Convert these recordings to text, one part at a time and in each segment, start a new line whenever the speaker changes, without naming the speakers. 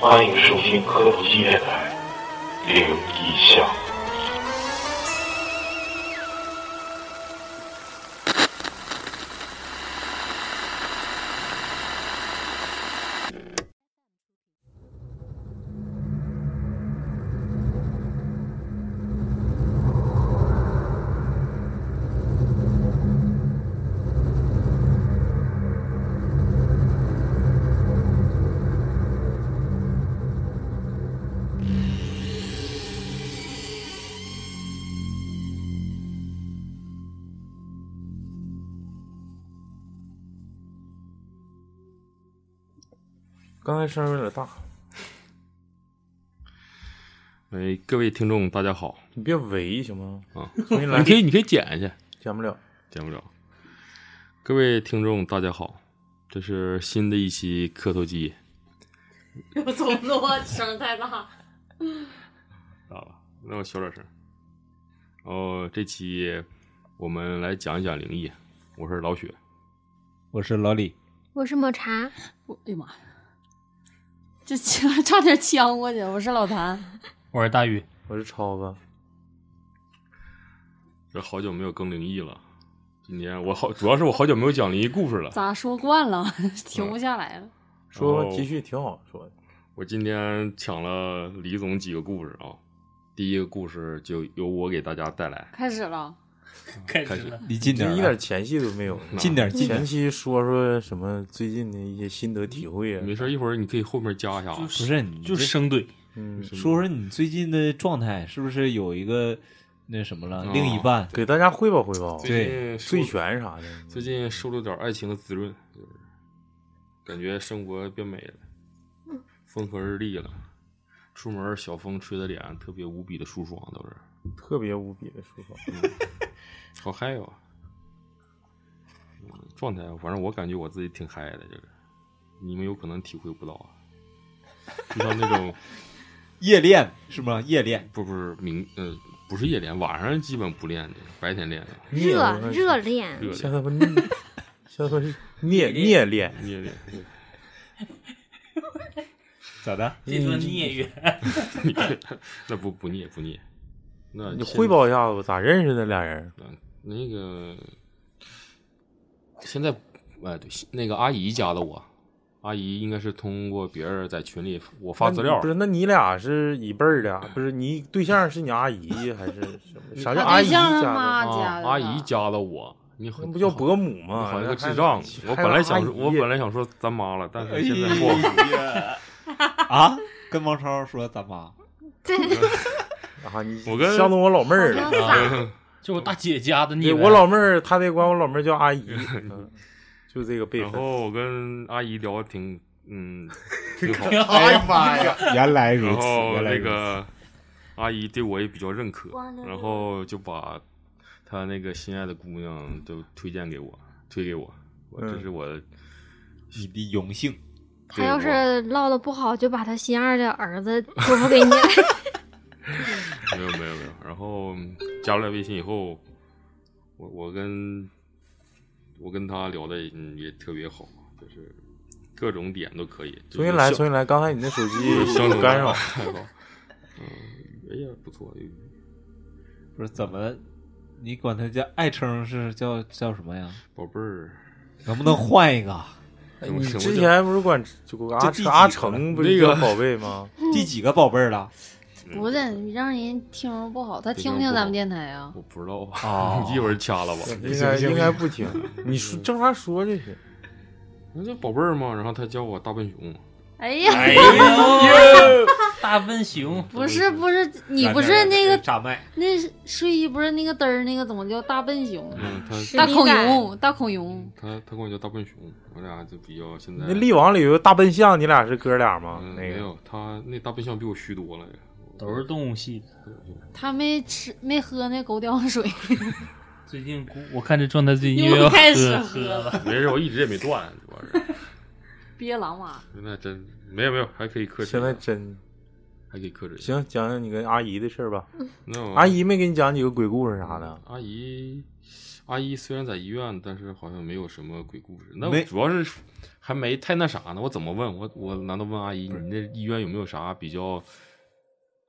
欢迎收听科普纪电台《灵异巷》。
刚才声儿有点大，
喂，哎各位听众，大家好
你别围行吗？
啊！
重新来
你，可以，你可以剪一下，
减不了。
剪不了。各位听众，大家好，这是新的一期磕头机，
我总我声太大，
咋了？那我小点声。哦，这期我们来讲一讲灵异。我是老雪，
我是老李，
我是抹茶，
我哎呀妈呀，这差差点呛过去。我是老谭，
我是大宇。
我是超子，
这好久没有更灵异了。今年我好，主要是我好久没有讲灵异故事了。
咋说惯了，停不下来了。
说
然后
继续挺好说的。
我今天抢了李总几个故事啊。第一个故事就由我给大家带来。
开始了，
开
始了，
离近
就
点儿啊，
一点前戏都没有，
近点儿，近
前
点儿。
期说说什么最近的一些心得体会啊？
没事，一会儿你可以后面加一下啊。
不是你
就
这
生怼，
嗯，
说说你最近的状态，是不是有一个那什么了？
哦
另一半
给大家汇报汇报，
最近收
醉拳啥的。
最近受了点爱情的滋润，就是感觉生活变美了，风和日丽了。出门小风吹的脸特别无比的舒爽，都是嗯
特别无比的舒服，
好嗨哟、嗯状态，反正我感觉我自己挺嗨的，这个你们有可能体会不到啊。就像那种
夜恋是吗？夜恋
不不是明呃不是夜练，晚上基本不练的，白天练的，
热
你也
热恋，
热
现在
练
不，现在不是孽孽恋，
夜练。 对
咋的？
这说孽缘，
你那不不腻不腻，那
你
现
汇报一下子吧，咋认识的俩人？
嗯，那个现在哎对，那个阿姨加的我，阿姨应该是通过别人在群里我发资料
那你不是？那你俩是一辈儿的，啊不是？你对象是你阿姨还是什么？啥叫
他
阿
对
姨家
象他
的？
妈
啊
家，的
阿姨加的我，你
那
很
不叫伯母吗？
好像个
还
智障。我本来想说，我本
来
来想说咱妈了，但
哎
是现在不好说。
呀！啊，跟王超说 咱妈
啊，你
我跟
相中我老妹儿
好
了。
潇洒
就我大姐家的孽
对
缘。
我老妹儿，她得管我老妹儿叫阿 姨，嗯就这个辈
然
分。
后我跟阿姨聊的挺 嗯挺好，
哎呀妈呀！原来
然后那
如此
个阿姨对我也比较认可
忘了，
然后就把她那个心爱的姑娘都推荐给我，推给我，我这
嗯
是我
你的荣幸，
他要是唠的不好，就把他心二的儿子托付给你。
没有没有没有。然后加了微信以后，我我跟我跟她聊的也特别好，就是各种点都可以。就
重
是
新来，
像
重新来，刚才你那手
就是
机
相
有
处
干扰。
太好。嗯，哎呀，不错，
不是怎么？你管他叫爱称是叫叫什么呀？
宝贝儿。
能不能换一个？
我
哎你
舍不
之
得
前不是管就管
这
阿
第几
阿
个
成
了
不是
那
叫
个
宝贝 吗？
第几个宝贝儿了？
不是你让人听着不好，他听听咱们电台啊。
我不知道
哦
一会儿掐了吧。
应该应该不听。你说正常说这是。
那就宝贝儿嘛，然后他叫我大笨熊，
哎呀，
哎
大笨熊，
不是不是，你不是那个
炸麦，
那是睡衣不是那个嘚儿那个怎么叫大笨熊？
嗯，他
大孔融，大孔融，
他他管我叫大笨熊，我俩就比较现在
那力王里有大笨象，你俩是哥俩吗
嗯？
那
没
个
有他那大笨象比我虚多了，
都是动物系的。
他没吃没喝那狗叼水，
最近估我看这状态，最近
又
又要
开始
喝
喝
了。
没事，我一直也没断，主要是
憋狼哇。
现在真没有没有，还可以克制，
现在真
还可以克制。，
行，讲
嗯
讲你跟阿姨的事儿吧。
那我
阿姨没给你讲几个鬼故事啥的？
阿姨，阿姨虽然在医院，但是好像没有什么鬼故事。那
没
主要是还没太那啥呢，我怎么问？我我难道问阿姨，你那医院有没有啥比较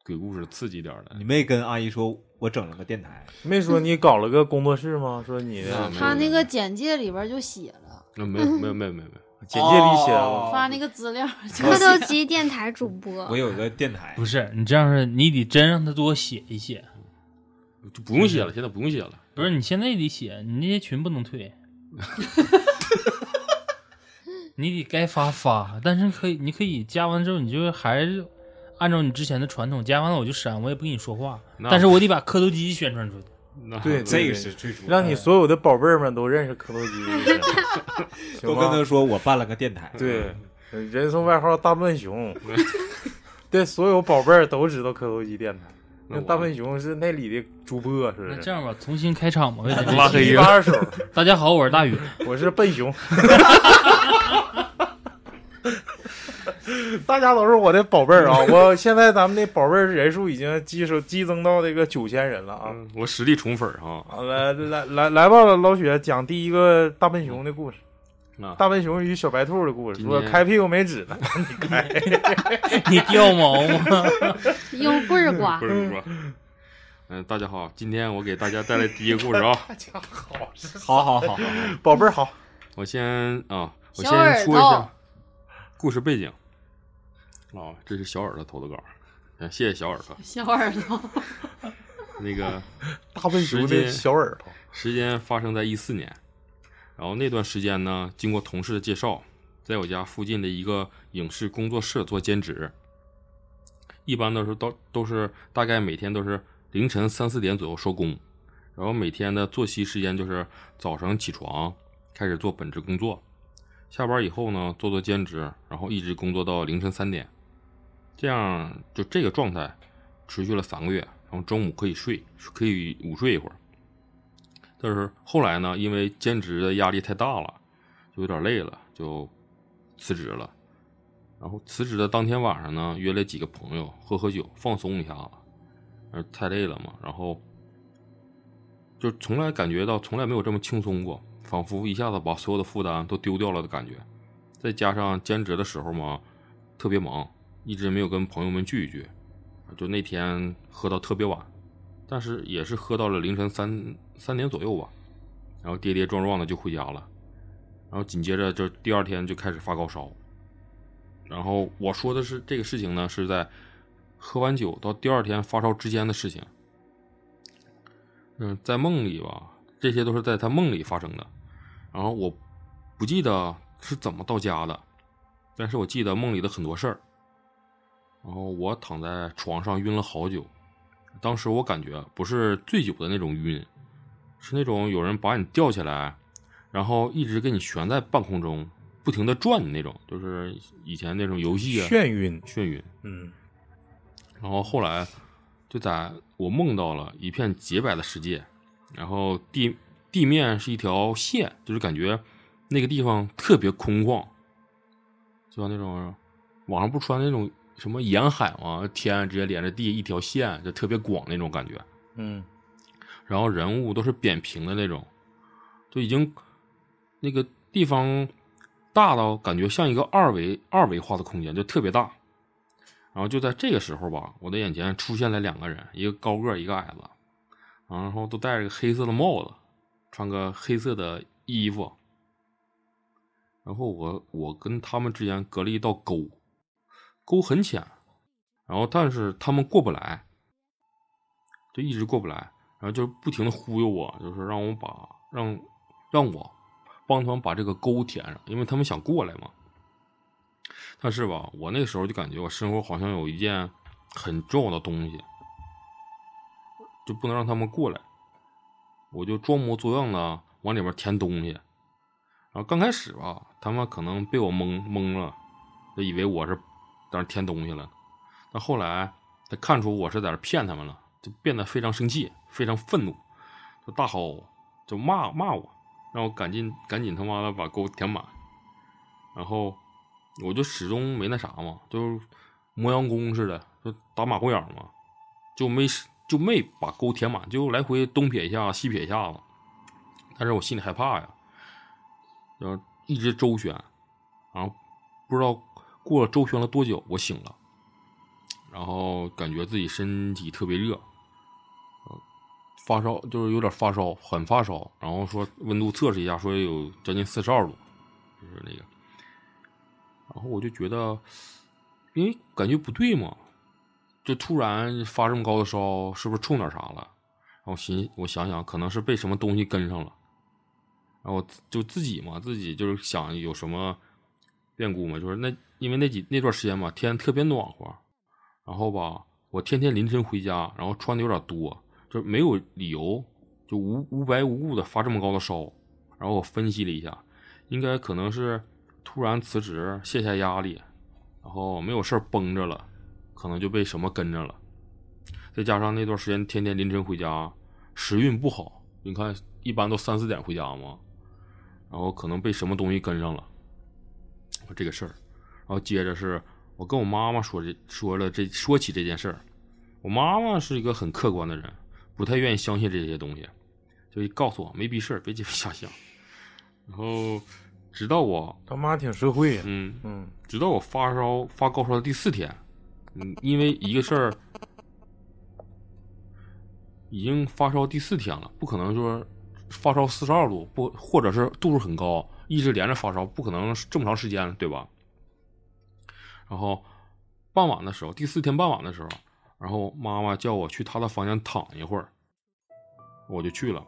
鬼故事刺激点儿的
你？没跟阿姨说我整了个电台，
没说你搞了个工作室吗？说你
那
的
没有
他那个简介里边就写了，
那没有没有没有没有没有，
简介里写
哦
了
发那个资料 就
蝌蚪
写。
级电台主播
我，有个电台
不，是你这样式，你得真让他多写一写。
就不用写了，现在不用写了。
不是你现在得写，你那些群不 能退，你得该发发。但是可以，你可以加完之后，你就还是按照你之前的传统，加完了我就删，我也不跟你说话。
那
但是我得把磕头机宣传出去。
那
对
这个是最主要的，
让你所有的宝贝儿们都认识磕头机，
都
行
跟他
吗？
说我办了个电台，嗯
对，人送外号大笨熊，对所有宝贝儿都知道磕头机电台。那
那我
大笨熊是那里的主播，是不
那
是？
这样吧，重新开场吧。为了这
拉
期
黑
八二手，
大家好，我是大宇。
我是笨熊。 大家都是我的宝贝儿啊！我现在咱们的宝贝儿人数已经激手激增到这个九千人了啊！
嗯我实力宠粉儿哈，
啊，来来来来吧，老雪讲第一个大笨熊的故事，
那
大笨熊与小白兔的故事。
嗯啊今
说
天
开屁股没纸 了，
你掉毛 吗？
用棍儿刮
不，是不是。嗯，大家好，今天我给大家带来第一个故事啊。
好好 好好，嗯
宝贝儿好，
我先啊，我
小耳
先说一下
朵
故事背景。啊，这是小耳朵投的稿，啊谢谢小耳朵。
小耳朵，
那个
大笨熊
时
的
间
小耳朵，
时间发生在一四年，然后那段时间呢，经过同事的介绍，在我家附近的一个影视工作室做兼职。一般的时候都都是大概每天都是凌晨三四点左右收工，然后每天的作息时间就是早上起床开始做本职工作，下班以后呢做做兼职，然后一直工作到凌晨三点，这样就这个状态持续了三个月，然后中午可以睡，可以午睡一会儿。但是后来呢，因为兼职的压力太大了，就有点累了，就辞职了。然后辞职的当天晚上呢，约了几个朋友喝喝酒，放松一下子。呃，太累了嘛，然后就从来感觉到从来没有这么轻松过，仿佛一下子把所有的负担都丢掉了的感觉。再加上兼职的时候嘛，特别忙，一直没有跟朋友们聚一聚。就那天喝到特别晚，但是也是喝到了凌晨三三点左右吧，然后跌跌撞撞的就回家了，然后紧接着就第二天就开始发高烧，然后我说的是这个事情呢是在喝完酒到第二天发烧之间的事情，嗯，在梦里吧，这些都是在他梦里发生的，然后我不记得是怎么到家的，但是我记得梦里的很多事儿，然后我躺在床上晕了好久。当时我感觉不是醉酒的那种晕，是那种有人把你吊起来，然后一直给你悬在半空中，不停的转的那种，就是以前那种游戏啊，
眩晕，
眩晕。
嗯，
然后后来就在我梦到了一片洁白的世界，然后地地面是一条线，就是感觉那个地方特别空旷，就像那种网上不穿那种什么沿海嘛，天啊直接连着地一条线，就特别广那种感觉。
嗯，
然后人物都是扁平的那种，就已经那个地方大到感觉像一个二维二维化的空间，就特别大。然后就在这个时候吧，我的眼前出现了两个人，一个高个儿，一个矮子，然后都戴着个黑色的帽子，穿个黑色的衣服。然后我我跟他们之间隔了一道沟，沟很浅，然后但是他们过不来，就一直过不来，然后就不停的忽悠我，就是让我把让让我帮他们把这个沟填上，因为他们想过来嘛。但是吧，我那个时候就感觉我身后好像有一件很重要的东西，就不能让他们过来。我就装模作样的往里边填东西，然后刚开始吧，他们可能被我蒙蒙了，就以为我是在那儿填东西了。但后来他看出我是在这骗他们了，就变得非常生气，非常愤怒，就大吼，就骂骂我，让我赶紧赶紧他妈的把沟填满。然后我就始终没那啥嘛，就是磨洋工似的，就打马虎眼儿嘛，就没就没把沟填满，就来回东撇一下西撇一下子。但是我心里害怕呀，然后一直周旋，然后不知道过了周旋了多久，我醒了，然后感觉自己身体特别热，呃发烧就是有点发烧，很发烧，然后说温度测试一下，说有将近四十二度，就是那个，然后我就觉得，因为感觉不对嘛，就突然发这么高的烧，是不是冲点啥了？然后寻我想想，可能是被什么东西跟上了，然后自就自己嘛，自己就是想有什么变故嘛，就是那因为那几那段时间嘛，天特别暖和，然后吧，我天天凌晨回家，然后穿的有点多，就没有理由，就无无白无故的发这么高的烧，然后我分析了一下，应该可能是突然辞职卸下压力，然后没有事儿绷着了，可能就被什么跟着了。再加上那段时间天天凌晨回家，时运不好，你看一般都三四点回家嘛，然后可能被什么东西跟上了，我这个事儿，然后接着是我跟我妈妈说这说了这说起这件事儿，我妈妈是一个很客观的人，不太愿意相信这些东西，就一告诉我没逼事儿，别鸡巴瞎想，然后直到我
他妈挺社会呀、
嗯
嗯，
直到我发烧发高烧的第四天，嗯，因为一个事儿已经发烧第四天了，不可能说发烧四十二度，不或者是度数很高，一直连着发烧，不可能这么长时间，对吧？然后傍晚的时候，第四天傍晚的时候，然后妈妈叫我去她的房间躺一会儿，我就去了，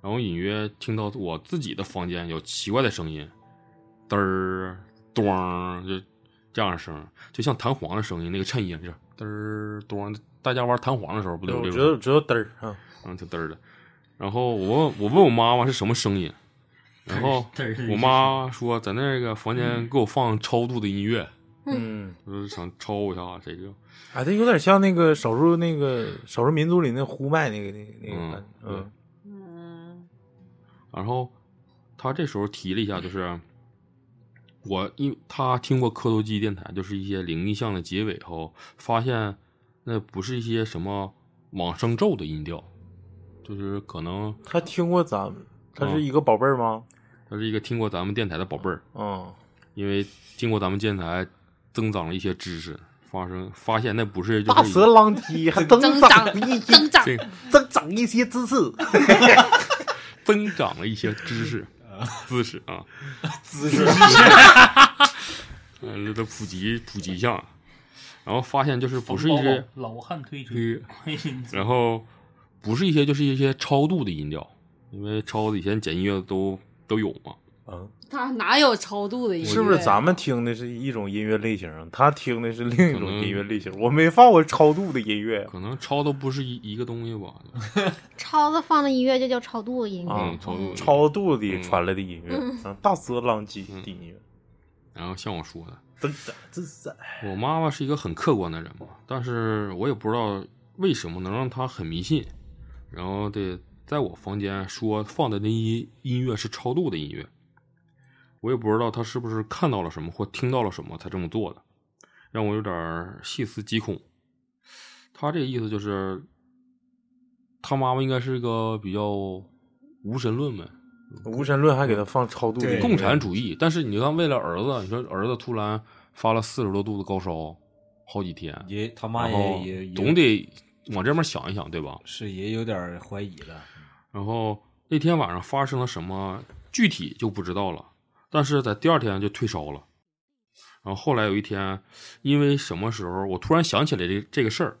然后隐约听到我自己的房间有奇怪的声音，嘚儿咚儿就这样的声儿，就像弹簧的声音，那个衬音是嘚儿咚儿。大家玩弹簧的时候不都有
我
这
觉
种？
得我知道嘚儿啊，
嗯，挺嘚儿的。然后我问我问我妈妈是什么声音，然后
嘚儿嘚儿
我妈说在那个房
嗯
间给我放超度的音乐，
嗯，
我说想超一下啊这个，
哎，这有点像那个少数那个少数民族里那呼麦那个那个那个感觉，
嗯
嗯，
嗯，
然后他这时候提了一下，就是我因为他听过磕头机电台，就是一些灵异像的结尾后，发现那不是一些什么往生咒的音调，就是可能
他听过咱们，他
嗯
是一个宝贝儿吗？
他是一个听过咱们电台的宝贝儿，
嗯，
因为经过咱们电台增长了一些知识，发生发现那不是就
大
是一
蛇狼藉还增
增
长
长
了一些
增长，
这
增长一些知识，
增长了一些知识知识啊，
姿势
嗯，这都普及普及项，然后发现就是不是一
冯宝
些
宝老汉推车，哎
推，然后不是一些就是一些超度的音调，因为超子以前剪音乐都都有嘛，
嗯，
他哪有超度的音乐？
是不是咱们听的是一种音乐类型，啊他听的是另一种
可能
音乐类型？我没放过超度的音乐，
可能超都不是一一个东西吧，
超子放的音乐就叫超度音乐。
啊
嗯，超度
超度的传来的音乐，嗯，大蛇狼藉的音乐，
然后像我说的，
增长知识，
我妈妈是一个很客观的人嘛，但是我也不知道为什么能让她很迷信，然后得在我房间说放的那音音乐是超度的音乐，我也不知道她是不是看到了什么或听到了什么才这么做的，让我有点儿细思极恐。她这个意思就是，她妈妈应该是一个比较无神论呗，
无神论还给他放超度的音乐，
共产主义。但是你看，为了儿子，你说儿子突然发了四十多度的高烧，好几天，
也他妈
然后
也也也
总得往这边想一想，对吧？
是也有点怀疑了，
然后那天晚上发生了什么，具体就不知道了。但是在第二天就退烧了。然后后来有一天，因为什么时候我突然想起来这这个事儿，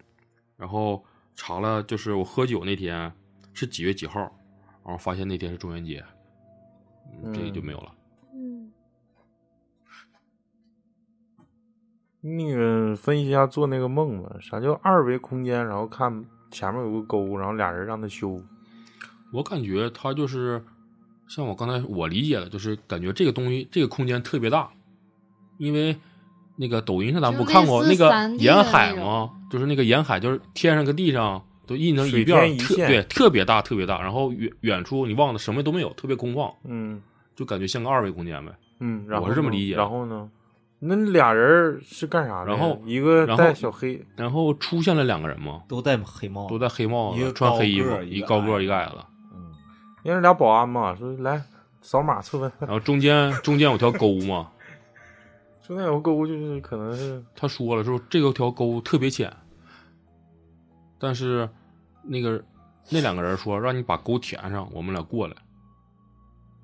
然后查了，就是我喝酒那天是几月几号，然后发现那天是中元节，嗯这个就没有了。
嗯，
那个分析一下做那个梦吧，啥叫二维空间？然后看前面有个沟，然后俩人让他修。
我感觉它就是像我刚才我理解的，就是感觉这个东西这个空间特别大，因为那个抖音上咱们不
就类
看过
似
那个
3D
沿海
的那
吗？就是那个沿海，就是天上跟地上都印成一
水
片儿，
天一
特
线
对特别大，特别大。然后远远处你望的什么都没有，特别空旷，
嗯
就感觉像个二维空间呗。
嗯，然后
我是这么
呢
理解的
然后呢，那俩人是干啥的呀？
然后
一个
然
带
后
小黑，
然后出现了两个人嘛，
都戴黑帽，
都戴黑帽
一个
子，穿黑衣
高
服
个，儿一
一
个
高个
矮
儿一个矮子。
嗯，
人家俩保安嘛，说来扫码测温，
然后中间中间有条沟嘛，
中间有个沟就是可能是
他说了说这个条沟特别浅，但是那个那两个人说让你把沟填上，我们俩过来。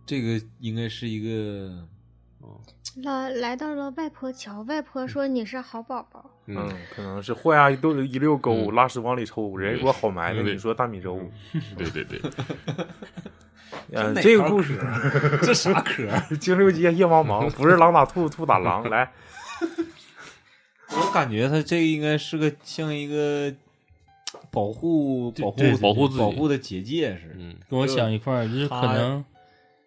这个应该是一个
老来到了外婆桥，外婆说你是好宝宝，
嗯，可能是货呀一溜一溜沟，
嗯
拉屎往里抽，人家说好埋的，
对
你说大米粥，
对对对，
嗯，
哪
这个
条
故事
这啥壳？
金六街夜茫 茫，不是狼打兔，兔打狼，来。
我感觉他这应该是个像一个保护保护
对
保护自己
保护的结界似的。
嗯，
跟我想一块儿，就是可能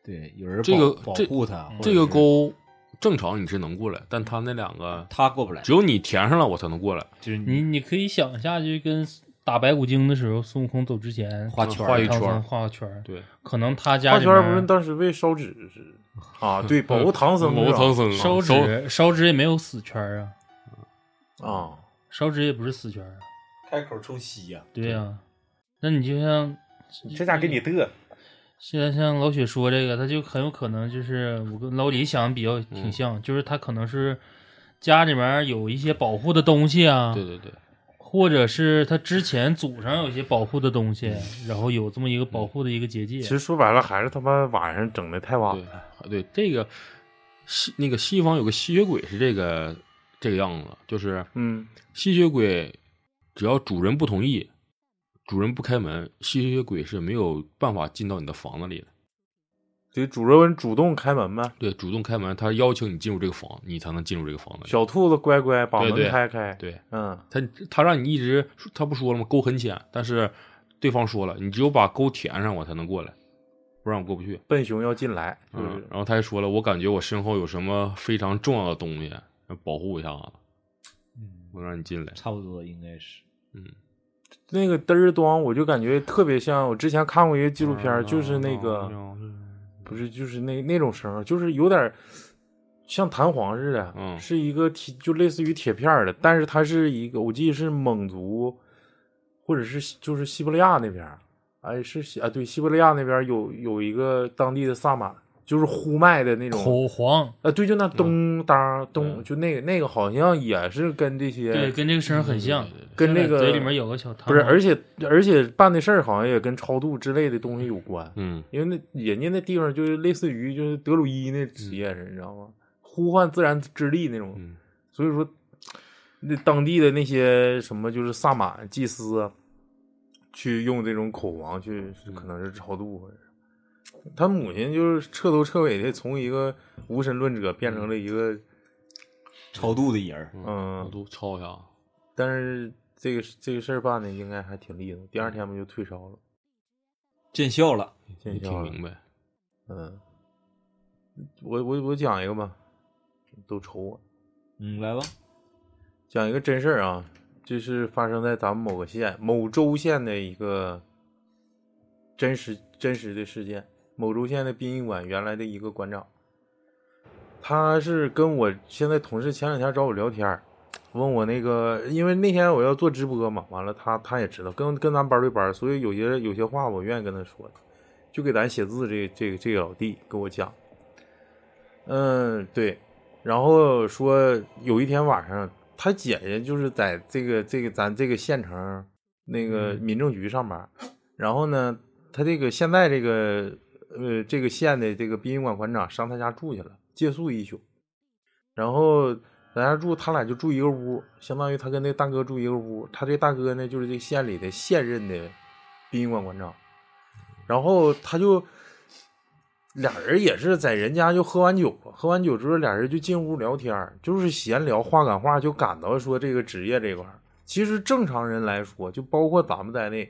对，有人
这个
保保
这
护他，或者
这个
是
沟正常你是能过来，但他那两个
他过不来，
只有你填上了我才能过来。
就是
你你可以想一下，就跟打白骨精的时候，孙悟空走之前
画圈儿
画一圈
唐
儿
僧画个圈儿，
对，
可能他家
画
里
圈儿
面
不是当时为烧纸是 啊？对，保护唐僧是吧，
某嗯唐僧啊
烧纸烧纸也没有死圈儿啊，
嗯
啊，
烧纸也不是死圈儿啊，
开口冲西呀、
对呀、
嗯
那你就像
这家给你嘚，
现在像老雪说这个，他就很有可能就是我跟老李想比较
嗯
挺像，就是他可能是家里面有一些保护的东西啊，
对对对，
或者是他之前祖上有一些保护的东西，然后有这么一个保护的一个结界。
嗯其实说白了还是他妈晚上整的太
啊
晚了。
对对，这个西那个西方有个吸血鬼是这个这个样子，就是
嗯，
吸血鬼只要主人不同意，主人不开门，吸血鬼是没有办法进到你的房子里的。
对，主人主动开门呗，
对，主动开门，他邀请你进入这个房，你才能进入这个房子里。
小兔子乖乖把
对对
门开开，
对
嗯，
他，他让你一直，他不说了吗？沟很浅，但是对方说了，你只有把沟填上，我才能过来，不然我过不去。
笨熊要进来，是不
嗯
是，？
然后他还说了，我感觉我身后有什么非常重要的东西，要保护一下子，
嗯，
不让你进来。
差不多应该是。
嗯，
那个嘚儿咣，我就感觉特别像我之前看过一个纪录片
啊
儿，就是那
啊
个嗯不是就是那那种声儿，就是有点儿像弹簧似的，
嗯
是一个铁，就类似于铁片儿的，但是它是一个，我记得是蒙族，或者是西就是西伯利亚那边儿，哎是西啊对，西伯利亚那边儿有有一个当地的萨满，就是呼麦的那种，
口簧，
啊对，就那咚当咚，
嗯
就那个那个好像也是跟这些
对，跟这个声儿
嗯
很像，
跟
现在
那个
嘴里面有个小糖，
不是，而且而且办的事儿好像也跟超度之类的东西有关，
嗯，
因为那人家那地方就是类似于就是德鲁伊那职业似的，你知道吗？呼唤自然之力那种，
嗯
所以说那当地的那些什么就是萨满祭司啊，去用这种口簧去，可能是超度或者是。他母亲就是彻头彻尾的从一个无神论者变成了一个，
超度的人儿，
我
嗯，
都抄一下。啊
但是这个这个事儿办的应该还挺厉害的，第二天不就退烧了，
见笑了。
见
没
效
听
了
明。白，
嗯，我我我讲一个吧，都愁我。
嗯，来吧，
讲一个真事儿啊，就是发生在咱们某个县、某州县的一个真实真实的事件。某州县的殡仪馆原来的一个馆长，他是跟我现在同事前两天找我聊天儿，问我那个，因为那天我要做直播嘛，完了他他也知道，跟跟咱班对班，所以有些有些话我愿意跟他说，就给咱写字这这个这个老弟跟我讲，嗯，对，然后说有一天晚上，他姐姐就是在这个这个咱这个县城那个民政局上班，然后呢，他这个现在这个呃这个县的这个殡仪馆馆长上他家住去了，借宿一宿，然后在家住，他俩就住一个屋，相当于他跟那大哥住一个屋，他这大哥呢就是这个县里的现任的殡仪馆馆长，然后他就。俩人也是在人家就喝完酒了，喝完酒之后俩人就进屋聊天儿，就是闲聊，话赶话就赶到说这个职业这块儿。其实正常人来说，就包括咱们在内，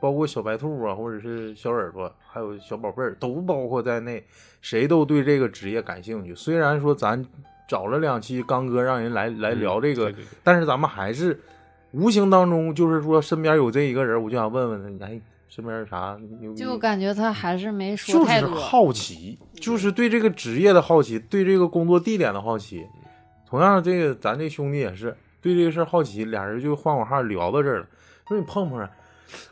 包括小白兔啊，或者是小耳朵，还有小宝贝儿，都包括在内，谁都对这个职业感兴趣。虽然说咱找了两期刚哥让人来来聊这个，
嗯对对对
但是咱们还是无形当中就是说身边有这一个人，我就想问问他，你哎，身边有啥牛逼？
就感觉他还是没
就
说太
是
多。嗯
好奇，就是对这个职业的好奇，对这个工作地点的好奇。同样，这个咱这兄弟也是对这个事儿好奇，俩人就换口话聊到这儿了。说你碰碰啊，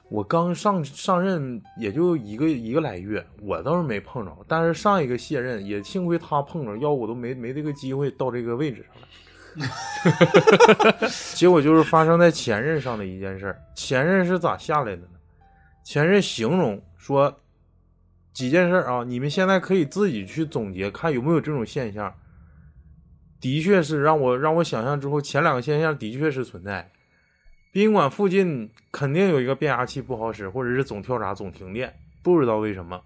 我刚上上任也就一个一个来月，我倒是没碰着，但是上一个卸任也幸亏他碰着，要我都没没这个机会到这个位置上来。 结果就是发生在前任上的一件事儿。前任是咋下来的呢？前任形容说几件事儿啊，你们现在可以自己去总结，看有没有这种现象。的确是让我让我想象之后，前两个现象的确是存在。宾馆附近肯定有一个变压器不好使，或者是总跳闸、总停电，不知道为什么。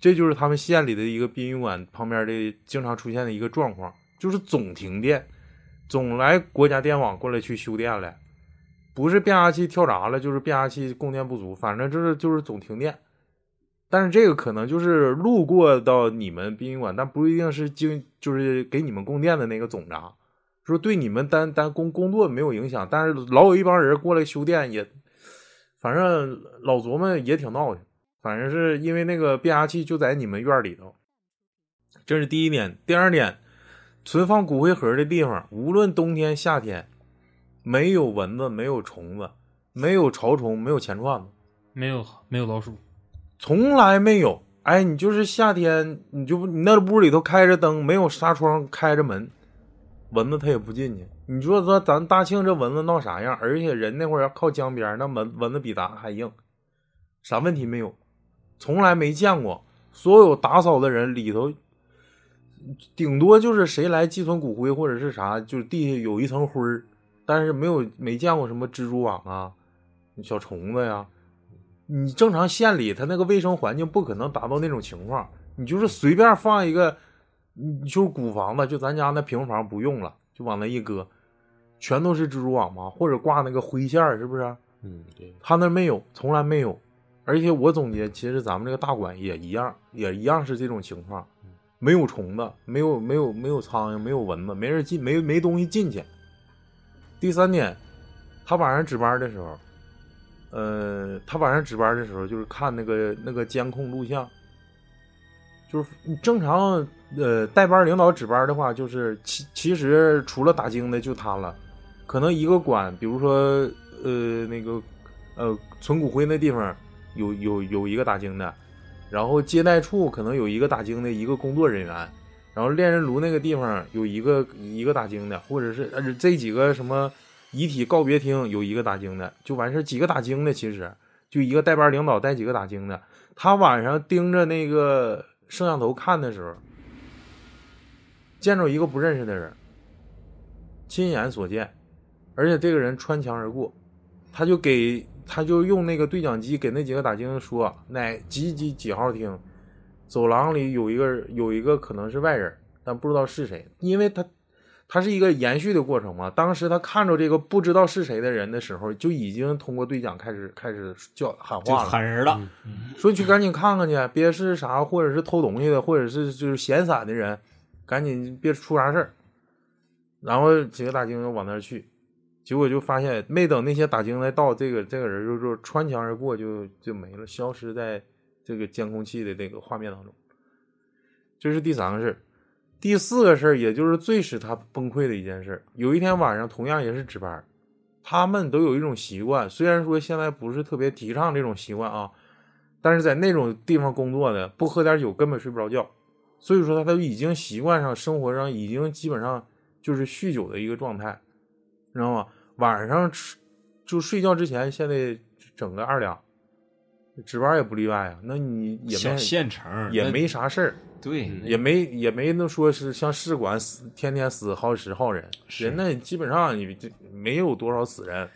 这就是他们县里的一个殡仪馆旁边的经常出现的一个状况，就是总停电，总来国家电网过来去修电来，不是变压器跳闸了，就是变压器供电不足，反正就是就是总停电。但是这个可能就是路过到你们殡仪馆，但不一定是经就是给你们供电的那个总闸，说对你们单单工工作没有影响，但是老有一帮人过来修电也，反正老琢磨也挺闹腾。反正是因为那个变压器就在你们院儿里头，这是第一点。第二点，存放骨灰盒的地方，无论冬天夏天，没有蚊子，没有虫子，没有潮虫，没有钱串子，
没有没有老鼠，
从来没有。哎，你就是夏天，你就不你那屋里头开着灯，没有纱窗，开着门，蚊子它也不进去。你说说咱大庆这蚊子闹啥样？而且人那会儿靠江边儿，那蚊蚊子比咱还硬，啥问题没有？从来没见过。所有打扫的人里头，顶多就是谁来寄存骨灰或者是啥，就是地下有一层灰儿，但是没有没见过什么蜘蛛网啊、小虫子呀、你正常县里，它那个卫生环境不可能达到那种情况。你就是随便放一个，你就是古房子，就咱家那平房不用了，就往那一搁，全都是蜘蛛网嘛，或者挂那个灰线儿，是不是？
嗯，对，
他那儿没有，从来没有。而且我总结，其实咱们这个大馆也一样，也一样是这种情况，没有虫子，没有没有没有苍蝇，没有蚊子，没人进，没没东西进去。第三点，他晚上值班的时候，呃，他晚上值班的时候就是看那个那个监控录像，就是你正常呃带班领导值班的话，就是其其实除了打更的就他了，可能一个馆，比如说呃那个呃存骨灰那地方有有有一个打更的，然后接待处可能有一个打更的一个工作人员，然后恋人炉那个地方有一个一个打更的，或者是呃这几个什么遗体告别厅有一个打更的，就完事儿几个打更的其实就一个带班领导带几个打更的，他晚上盯着那个摄像头看的时候，见着一个不认识的人，亲眼所见，而且这个人穿墙而过，他就给他就用那个对讲机给那几个打更说，哪几几几号厅，走廊里有一个人有一个可能是外人，但不知道是谁，因为他他是一个延续的过程嘛。当时他看着这个不知道是谁的人的时候，就已经通过对讲开始开始叫喊
就
话了，
喊
嗯
人了，
说你去赶紧看看去，别是啥或者是偷东西的，或者是就是闲散的人，赶紧别出啥事儿。然后几个打更就往那儿去，结果就发现没等那些打更来到，这个这个人就就穿墙而过就就没了，消失在这个监控器的这个画面当中。这是第三个事儿，第四个事儿也就是最使他崩溃的一件事儿。有一天晚上，同样也是值班儿，他们都有一种习惯，虽然说现在不是特别提倡这种习惯啊，但是在那种地方工作的，不喝点酒根本睡不着觉。所以说，他都已经习惯上，生活上已经基本上就是酗酒的一个状态，你知道吗？晚上吃就睡觉之前，现在整个二两，值班也不例外啊。那你也
小
没
县城
也
那
没啥事儿，
对，
嗯
也没也没那说是像市管死天天死好十号人，
是
人那基本上你这没有多少死人，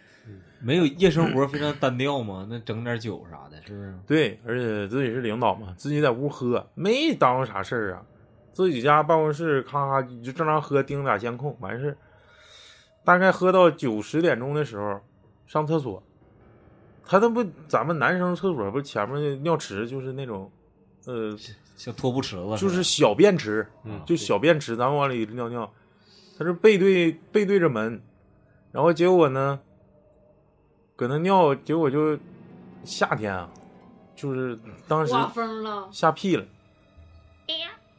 没有夜生活非常单调嘛，那整点酒啥的，是不是？
对，而且自己是领导嘛，自己在屋喝，没耽误啥事儿啊，自己家办公室咔咔就正常喝，盯着俩监控完事儿，大概喝到九十点钟的时候上厕所，他那不咱们男生厕所不是前面尿池就是那种，呃，
像拖布池子似的，
就是小便池，
嗯
就小便池，咱们往里尿尿。他是背对背对着门，然后结果呢，搁那尿，结果就夏天啊，就是当时
刮风了，哎
吓屁了，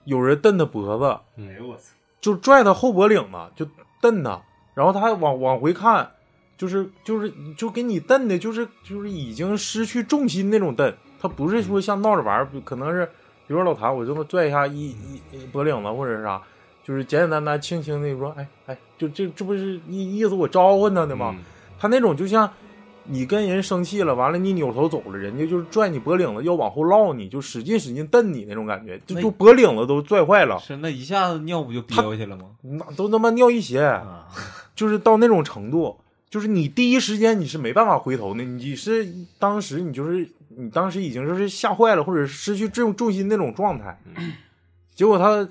有人蹬他脖子，
哎呦我操，
就拽他后脖领子，就蹬他，然后他还往往回看，就是就是就给你蹬的，就是就是已经失去重心那种蹬，他不是说像闹着玩儿，可能是比如说老谭，我这么拽一下一一一脖领子或者是啥，就是简简单单轻轻的说，哎哎，就这这不是意意思我招唤他呢吗？
嗯
他那种就像你跟人生气了，完了你扭头走了，人家就是拽你脖领子要往后落你，就使劲使劲蹬你那种感觉，就
那
就脖领子都拽坏了，
是那一下子尿不就憋回去了吗？
那都他妈尿一鞋。
啊，
就是到那种程度，就是你第一时间你是没办法回头的，你是当时你就是你当时已经就是吓坏了，或者失去重重心那种状态。
嗯
结果他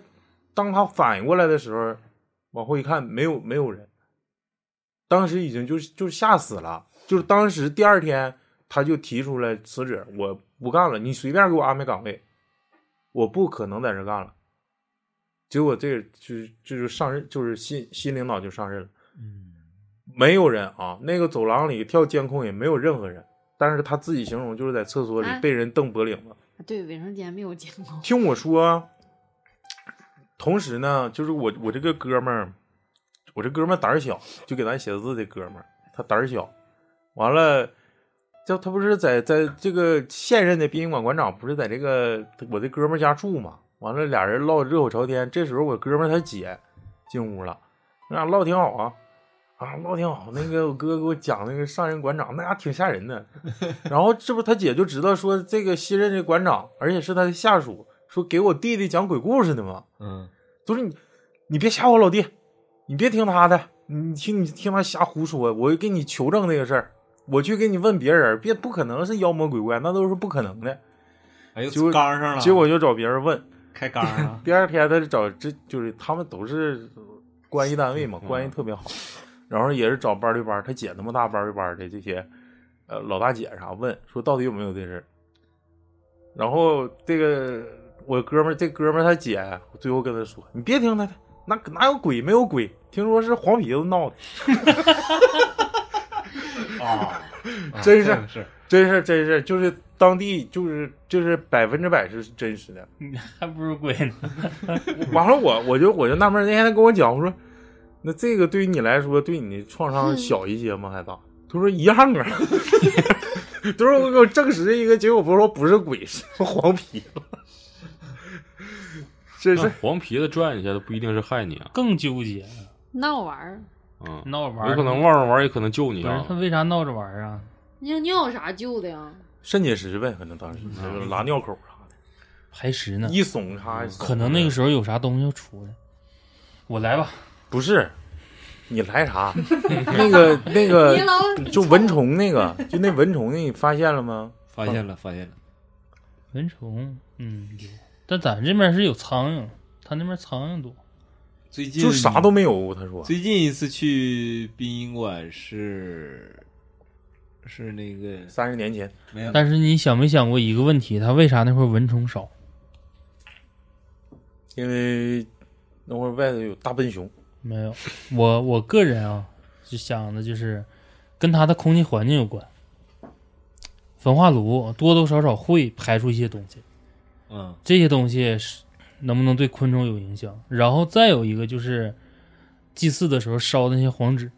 当他反应过来的时候，往后一看，没有没有人，当时已经就是就是吓死了，就是当时第二天他就提出来辞职，我不干了，你随便给我安排岗位，我不可能在这干了。结果这个就是就是上任，就是新新领导就上任了。没有人啊，那个走廊里跳监控也没有任何人，但是他自己形容就是在厕所里
啊
被人蹬脖领子。
对，卫生间没有监控。
听我说，同时呢，就是我我这个哥们儿，我这哥们儿胆儿小，就给咱写字的哥们儿，他胆儿小，完了。就他不是在在这个现任的殡仪馆馆长不是在这个我这哥们儿家住嘛？完了俩人唠热火朝天，这时候我哥们儿他姐进屋了，那俩唠挺好啊，啊唠挺好。那个我哥给我讲那个上任馆长，那家挺吓人的。然后这不他姐就知道说这个新任的馆长，而且是他的下属，说给我弟弟讲鬼故事呢嘛，
嗯，
都是你你别吓我老弟，你别听他的，你听你听他瞎胡说，我给你求证这个事儿，我去给你问别人，别不可能是妖魔鬼怪，那都是不可能的。
哎呦，
结果
缸上了，
结果就找别人问，，
开缸了
第二天他就找这就是他们都是关系单位嘛，关系特别好，然后也是找班对班，他姐那么大班对班的这些，呃老大姐啥问说到底有没有这事儿，然后这个我哥们儿这哥们儿他姐啊最后跟他说，你别听他的，那哪有鬼没有鬼，听说是黄皮子闹的，
啊，
真是
这个是
真是真是就是当地就是就是百分之百是真实的，
你还不如鬼呢。
完了我我就我就纳闷儿，那天他跟我讲，我说那这个对于你来说，对你的创
嗯
伤小一些吗？还大？他说一样啊。 他说我给我证实一个结果，不是说不是鬼，是黄皮子。这
那
是
黄皮子转一下，都不一定是害你啊，
更纠结，
闹玩儿，
嗯，
闹着玩儿
有可能忘着玩儿，也可能救你啊一下
不是他
子。
为啥闹着玩儿啊？
尿尿有啥救的呀？
肾结石呗，可能当时就是拉尿口啥的，
排石呢？
一耸咔一耸。
可能那个时候有啥东西要出来。我来吧，
不是，你来啥？那个那个
你老
就蚊虫那个，就那蚊虫那你发现了吗？
发现了，发现了，
蚊虫，嗯，有，但咱这边是有苍蝇，他那边苍蝇多。
最近
就啥都没有，他说。
最近一次去殡仪馆是是那个
三十年前，
没有
但是你想没想过一个问题，他为啥那会儿蚊虫少？
因为那会儿外头有大笨熊。
没有，我我个人啊，就想的就是跟它的空气环境有关。焚化炉多多少少会排出一些东西，
嗯
这些东西是能不能对昆虫有影响？然后再有一个就是祭祀的时候烧的那些黄纸，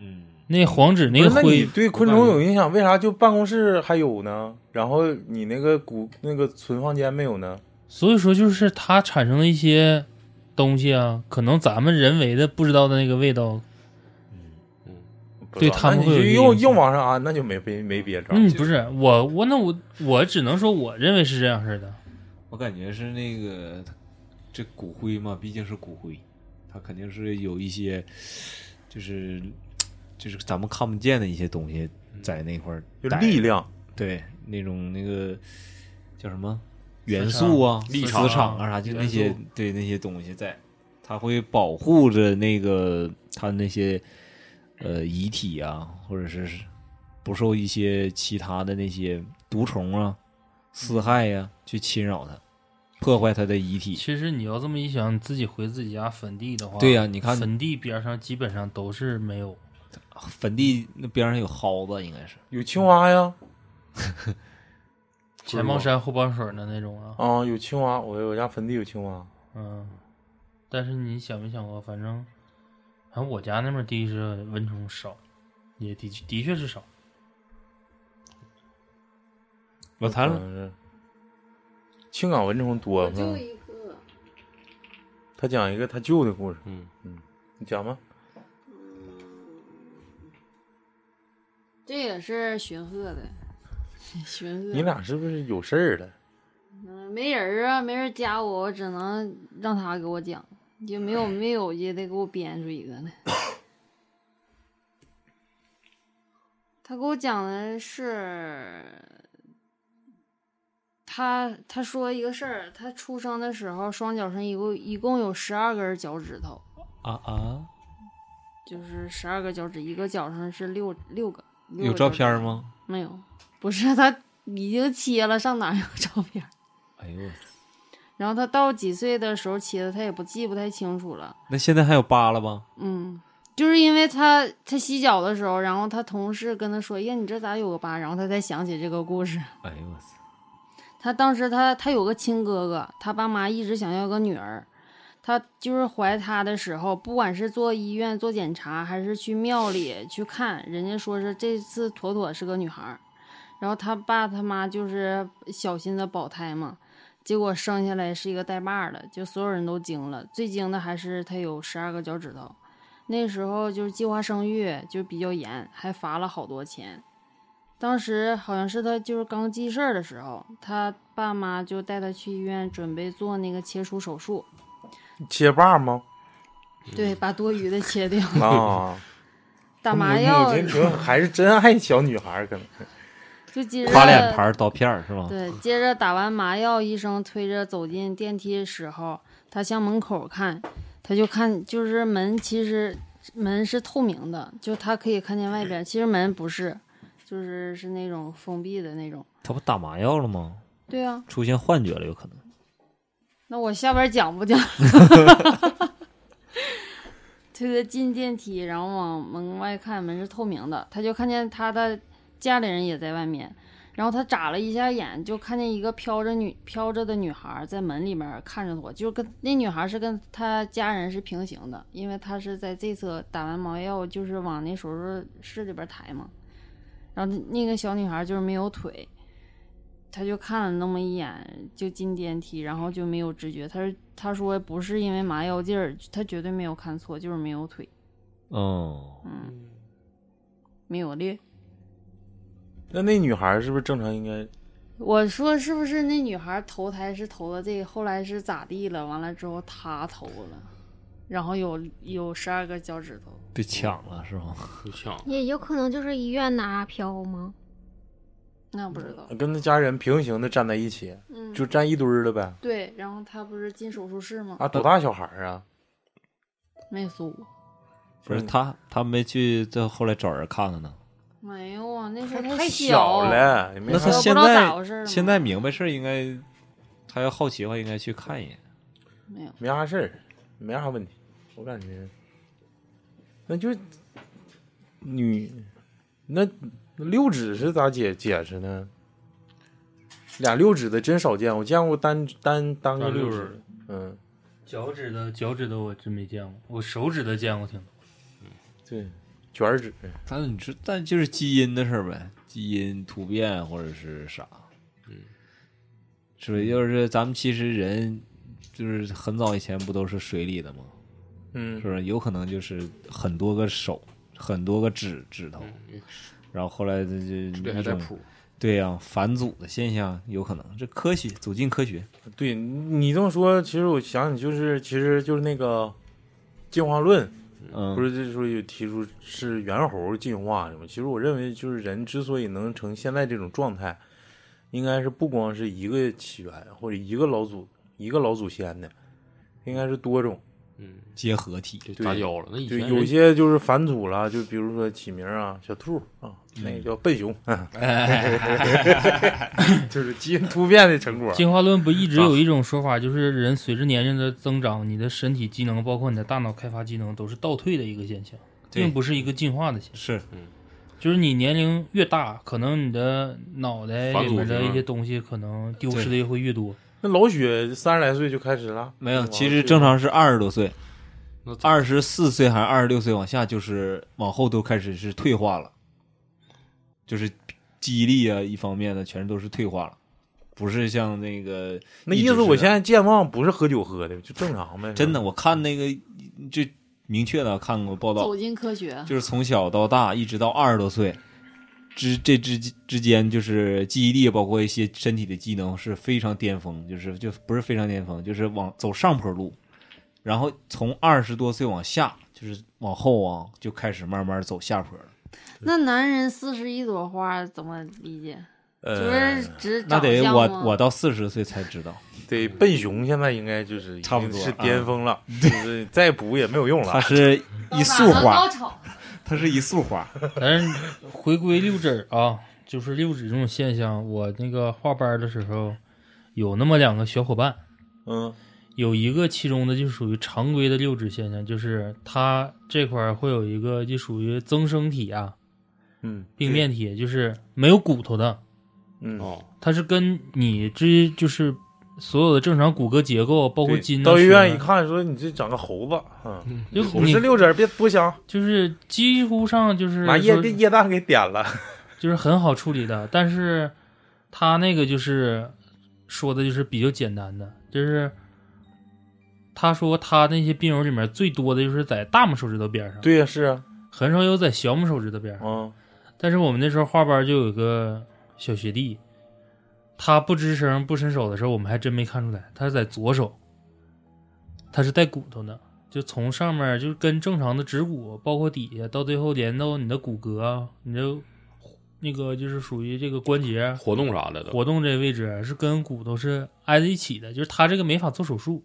嗯，
那黄纸
不
那
是
个
那你
灰，
对昆虫有影响，为啥就办公室还有呢？然后你那个古那个存放间没有呢？
所以说就是它产生的一些东西啊，可能咱们人为的不知道的那个味道，
不知道
对他们
那你
会有
就
一个
又
影响
又往上安，啊那就没没没别招。
嗯，不是我我那我我只能说我认为是这样式的，
我感觉是那个这骨灰嘛，毕竟是骨灰，它肯定是有一些就是就是咱们看不见的一些东西在那块儿
就
待着，
力量，
对那种那个叫什么元素啊、
磁场
磁场啊啥，就那些
元素
对那些东西在，它会保护着那个它那些呃遗体啊，或者是不受一些其他的那些毒虫啊、丝害呀、去侵扰它，破坏它的遗体。
其实你要这么一想，你自己回自己家坟地的话，
对呀你看
坟地边上基本上都是没有，
坟地那边上有蒿子，应该是
有青蛙呀，
前包山后包水的那种啊，
啊，有青蛙，我我家坟地有青蛙。
嗯。但是你想没想过，反正，反正我家那边地是蚊虫少，也的确的确是少。
老谭了，
了。嗯青冈蚊虫多是吧？
一个，
他讲一个他舅的故事，
嗯，
你讲吧。
这也是学鹤的， 学鹤。
你俩是不是有事儿了？
嗯，没人儿啊，没人加我，我只能让他给我讲，也没有没有也得给我编出一个来。他给我讲的是，他他说一个事儿，他出生的时候双脚上一共一共有十二根脚趾头，
啊啊，
就是十二个脚趾，一个脚上是六六个。六个
有照
脚趾
片？吗？
没有，不是 他已经切了，上哪儿有照片？
哎呦，
然后他到几岁的时候切的，他也不记不太清楚了。
那现在还有疤了吧？
嗯，就是因为他他洗脚的时候，然后他同事跟他说：“呀，你这咋有个疤？”然后他才想起这个故事。
哎呦我操，
他当时他他有个亲哥哥，他爸妈一直想要个女儿。他就是怀他的时候，不管是做医院做检查，还是去庙里去看，人家说是这次妥妥是个女孩儿。然后他爸他妈就是小心的保胎嘛，结果生下来是一个带把儿的，就所有人都惊了。最惊的还是他有十二个脚趾头。那时候就是计划生育就比较严，还罚了好多钱。当时好像是他就是刚记事儿的时候，他爸妈就带他去医院准备做那个切除手术，
切把 吗？
对，
嗯
把多余的切掉，
哦
啊，
打
嗯
麻药
母，亲挺还是真爱小女孩儿，可能
就接着
刮脸盘儿刀片儿是吧？
对，接着打完麻药，医生推着走进电梯的时候，他向门口看，他就看就是门，其实门是透明的，就他可以看见外边，其实门不是，就是是那种封闭的那种。
他不打麻药了吗？
对啊，
出现幻觉了，有可能。
那我下边讲不讲？ 推他进电梯，然后往门外看，门是透明的，他就看见他的家里人也在外面。然后他眨了一下眼，就看见一个飘着女飘着的女孩在门里面看着我，就跟那女孩是跟他家人是平行的，因为他是在这侧打完麻药，就是往那手术室里边抬嘛。然后那个小女孩就是没有腿，他就看了那么一眼，就进电梯，然后就没有知觉。他是他说不是因为麻药劲儿，他绝对没有看错，就是没有腿，
嗯，
嗯，没有力。
那那女孩儿是不是正常应该
我说是不是那女孩投胎是投的这个，后来是咋地了？完了之后她投了，然后有有十二个脚趾头，
被抢了是吗？
你想
也有可能就是医院拿飘吗？
那不知道。
跟她家人平行的站在一起，
嗯，
就站一堆儿了呗？
对。然后她不是进手术室吗？
啊，多大小孩儿啊？
没诉我。
不是他，他没去，这后来找人看看呢。
没有啊，那时候
太
小
小。了，也没
那
啥
他
不知
现
道咋回事
在
儿吗
现在明白事儿，应该他要好奇的话，应该去看一眼。
没有，
没啥事儿，没啥问题，我感觉，那就女，那六指是咋解解释呢？俩六指的真少见，我见过单单单个
单
六
六
指
指，
嗯，
脚趾的脚趾的我真没见过，我手指的见过挺多。
对，卷指，
但是你说，但就是基因的事儿呗，基因突变或者是啥，
嗯，
是不是？要是咱们其实人就是很早以前不都是水里的吗？
嗯
是，不是？有可能就是很多个手，很多个指指头，
嗯
然后后来这
这
嗯
就
还
一
在
种
谱，
对呀、返祖的现象有可能，这科学走进科学，
对你这么说，其实我想起就是，其实就是那个进化论，
嗯，
不是就是说有提出是猿猴进化什么？其实我认为就是人之所以能成现在这种状态，应该是不光是一个起源或者一个老祖一个老祖先的，应该是多种。
嗯，
结合体，
就
对
杂交了。那以
就
前
有
人
些就是返祖了，就比如说起名啊，小兔啊，那
嗯
个叫笨熊，
哎
就是基因突变的 成果。
进化论不一直有一种说法，就是人随着年龄的增长，你的身体机能，包括你的大脑开发机能，都是倒退的一个现象，
对
并不是一个进化的现象。
是
嗯
就是你年龄越大，可能你的脑袋里面的一些东西可能丢失的会 越多。
那老雪三十来岁就开始了，
没
嗯
有，其实正常是二十多岁，
那咋
二十四岁还是二十六岁往下，就是往后都开始是退化了，就是记忆力啊一方面的，全都是退化了，不是像那个
那
一
意
直
思，我
是
现在健忘不是喝酒喝的，就正常呗。
真的，
是吧，
我看那个这明确的看过报道
走，进科学，
就是从小到大一直到二十多岁之这之之间，就是记忆力包括一些身体的技能是非常巅峰，就是就不是非常巅峰，就是往走上坡路，然后从二十多岁往下，就是往后啊就开始慢慢走下坡了，
那男人四十一朵花怎么理解？就
呃
是，只
那
长
得
相
我
吗
我到四十岁才知道，
对，笨熊现在应该就是已
差不
经
多啊
是巅峰 了，就是再补也没有用
它
了。
是一
到
束
哪能
花
高，潮
它是一束花，
但是回归六指儿啊，就是六指这种现象，我那个画班的时候有那么两个小伙伴，
嗯，
有一个其中的就属于常规的六指现象，就是它这块儿会有一个就属于增生体啊、
嗯
病变体，就是没有骨头的，
嗯，
哦，
它是跟你之就是所有的正常骨骼结构，包括
对
筋啊
到医院一
什么
看，说你这长个猴子，嗯，
的，就
不
你
是六指儿，别多想，
就是几乎上就是
拿液
说
给液氮给点了。
嗯
就是很好处理的，但是他那个就是说的就是比较简单的，就是他说他那些病友里面最多的就是在大拇手指头边上，
对呀，是啊，
很少有在小拇手指头边上。
嗯
但是我们那时候画班就有一个小学弟，他不吱声不伸手的时候，我们还真没看出来，他是在左手，他是带骨头的，就从上面就是跟正常的指骨，包括底下，到最后连到你的骨骼啊，你的那个就是属于这个关节啊
活动啥的都
活动这位置啊是跟骨头是挨在一起的，就是他这个没法做手术。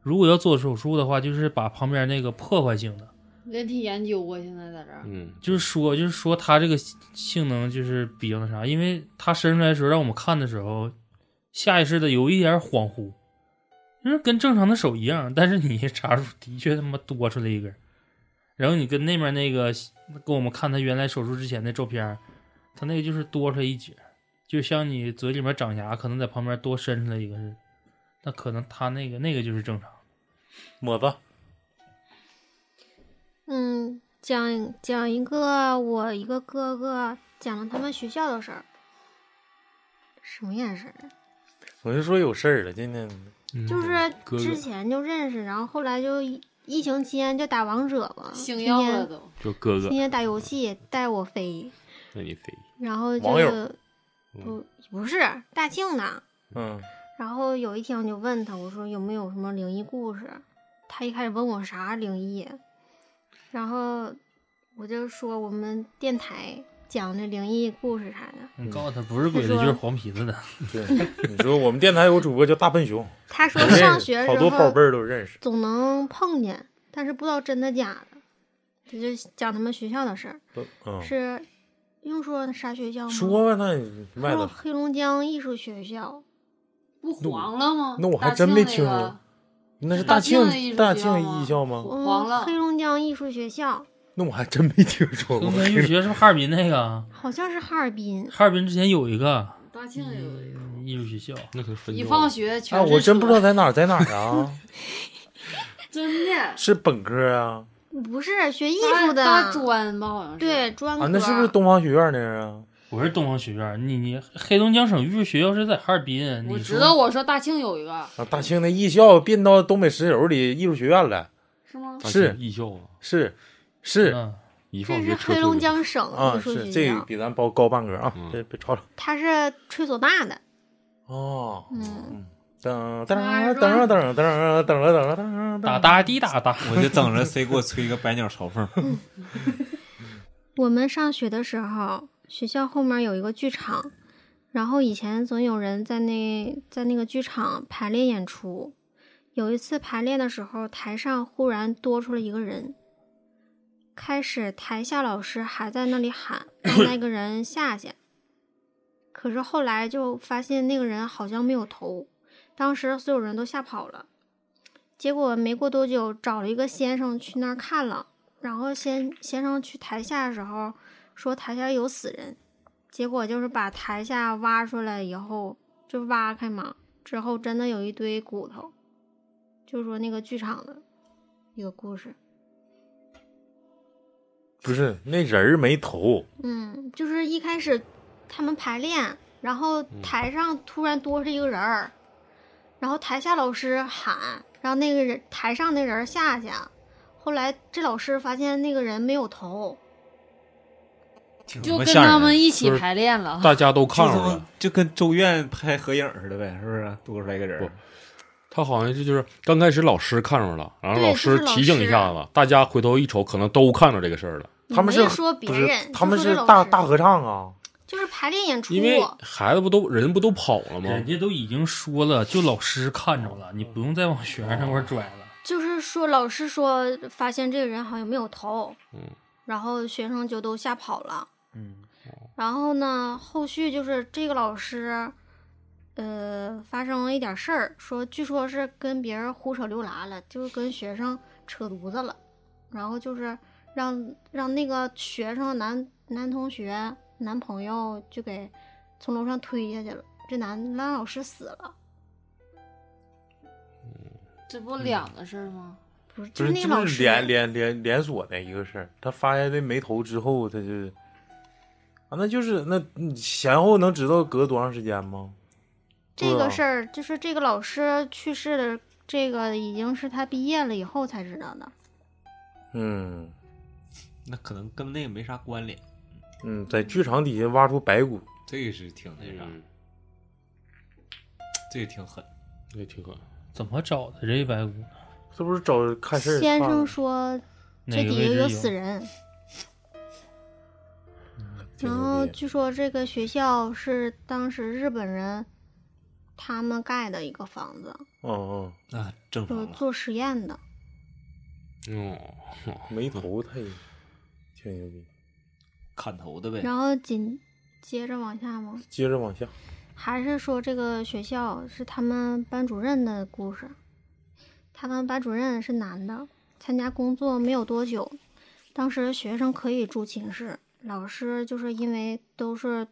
如果要做手术的话，就是把旁边那个破坏性的，
人体研究啊，现在在这儿。
嗯，
就是说，就是说它这个性能就是比较那啥，因为它伸出来的时候，让我们看的时候，下意识的有一点恍惚，就是跟正常的手一样，但是你一查出的确他妈多出来一根儿，然后你跟那边那个跟我们看他原来手术之前的照片儿，他那个就是多出来一截儿，就像你嘴里面长牙，可能在旁边多伸出来一个似的，那可能他那个那个就是正常。
抹子，
嗯，讲讲一个我一个哥哥讲了他们学校的事儿，什么眼神儿？
我就说有事儿了，今天
嗯就是
哥哥
之前就认识，然后后来就疫疫情期间就打王者嘛，
星耀了
天天
都，
就哥哥
天，天打游戏带我飞，
那你飞，
然后就
网友
是不不是大庆的，
嗯
然后有一天我就问他，我说有没有什么灵异故事？他一开始问我啥灵异，然后我就说我们电台讲的灵异故事啥的。
你告诉他不是鬼的，
他
就
说
是黄皮子的。
对，你说我们电台有主播叫大笨熊，
他说
我
上
认
学
识
的
哎好
时
多宝贝
候
儿都认识。
总能碰见，但是不知道真的假的。他就讲他们学校的事儿，
都嗯，
是用说啥学校吗？
说吧，那你麦
说
子
黑龙江艺术学校，嗯
不黄了吗？
那我还
大
真
庆
没
那
听
个
过那是
大
大
庆
庆
的艺术
大
学
庆
校
艺
吗
校吗？
嗯
黄了
黑龙江艺术学校
那我还真没听说过
东。南学是不是哈尔滨那个啊？
好像是哈尔滨，
哈尔滨之前有一个
大庆有一个，
嗯艺术学校，
那可是分
一
校啊
放学全
哎，
是
我真不知道
车，
在哪儿，在哪儿 啊？
真的
是本科啊？
不是学艺
大
术的，
大专吧，好像是。
对专科、
啊，那是不是东方学院那儿啊？
不是东方学院，你你黑龙江省艺术学校是在哈尔滨，
我
你
知
说
道，我说大庆有一个，
啊，大庆的艺校并到东北石油里艺术学院了，
是吗？
大
是
庆艺校啊，
是是
嗯，
一放
这
学
是
车
黑
推
龙
着
江省
啊，
艺术
是
学
这个
校，
比咱包高半格啊
嗯，
这别吵吵
他是吹唢呐的，
哦。
嗯，
噔噔噔噔噔噔噔噔噔噔
打
噔
哒滴打哒，
我就等着谁给我吹个百鸟朝凤。
我们上学的时候，学校后面有一个剧场，然后以前总有人在那在那个剧场排练演出。有一次排练的时候，台上忽然多出了一个人，开始台下老师还在那里喊让那个人下去，可是后来就发现那个人好像没有头，当时所有人都吓跑了。结果没过多久，找了一个先生去那儿看了，然后先先生去台下的时候说台下有死人，结果就是把台下挖出来以后就挖开嘛，之后真的有一堆骨头，就说那个剧场的一个故事。
不是那人儿没 头，
嗯，就是一开始他们排练，然
嗯
后台上突然多了一个人儿，然后台下老师喊，然后那个人台上那人儿下去，啊后来这老师发现那个人没有头，
就
妈
跟
吓人
他们一起
就是
排练
嗯
了。
大家都看
就
着
他妈
了。
啊
就跟周院拍合影似的呗，是不是？多出来一个人儿，
他好像是就是刚开始老师看着了，然后
对
老
就是
师
老
提醒一
师
下
啊
子，大家回头一瞅，可能都看着这个事儿了。
也
他们
没
是
说别
不是
人，
他们
就说
是
这老
大
师
大合唱啊，
就是排练演出，
因为孩子不都人不都跑了吗
人？家都已经说了，就老师看着了，你不用再往学生那块儿拽了。
就是说老师说发现这个人好像没有头，
嗯，
然后学生就都吓跑了。
嗯，
然后呢，后续就是这个老师，呃，发生了一点事儿，说据说是跟别人胡扯溜拉了，就是跟学生扯犊子了，然后就是让让那个学生男男同学男朋友就给从楼上推下去了，这男让老师死了，
这不两个事儿吗？
不是就
不
是
是
那个
这
老
不
师
是连连连连锁的一个事儿。他发现这没头之后，他就是啊，那就是那你前后能知道隔多长时间吗？
这
对
个
啊
事儿就是这个老师去世的，这个已经是他毕业了以后才知道的。
嗯
那可能跟那个没啥关联，
嗯，在剧场底下挖出白骨，
这个是挺那啥，
嗯，
这个挺狠。
也挺狠。
怎么找的这一百五？
这不是找看事儿
先
看
生
了
说这
哪个
底
位
下
置
有
有
死？人，
挺嗯牛
然后
逼
据说这个学校是当时日本人他们盖的一个房子，
嗯
那、正常啊
就是
了，
做实验的。
哦，
嗯，没头太挺牛逼。
砍头的呗。
然后紧接着往下吗？
接着 往下，
还是说这个学校是他们班主任的故事？他们班主任是男的，参加工作没有多久，当时学生可以住寝室，老师就是因为都是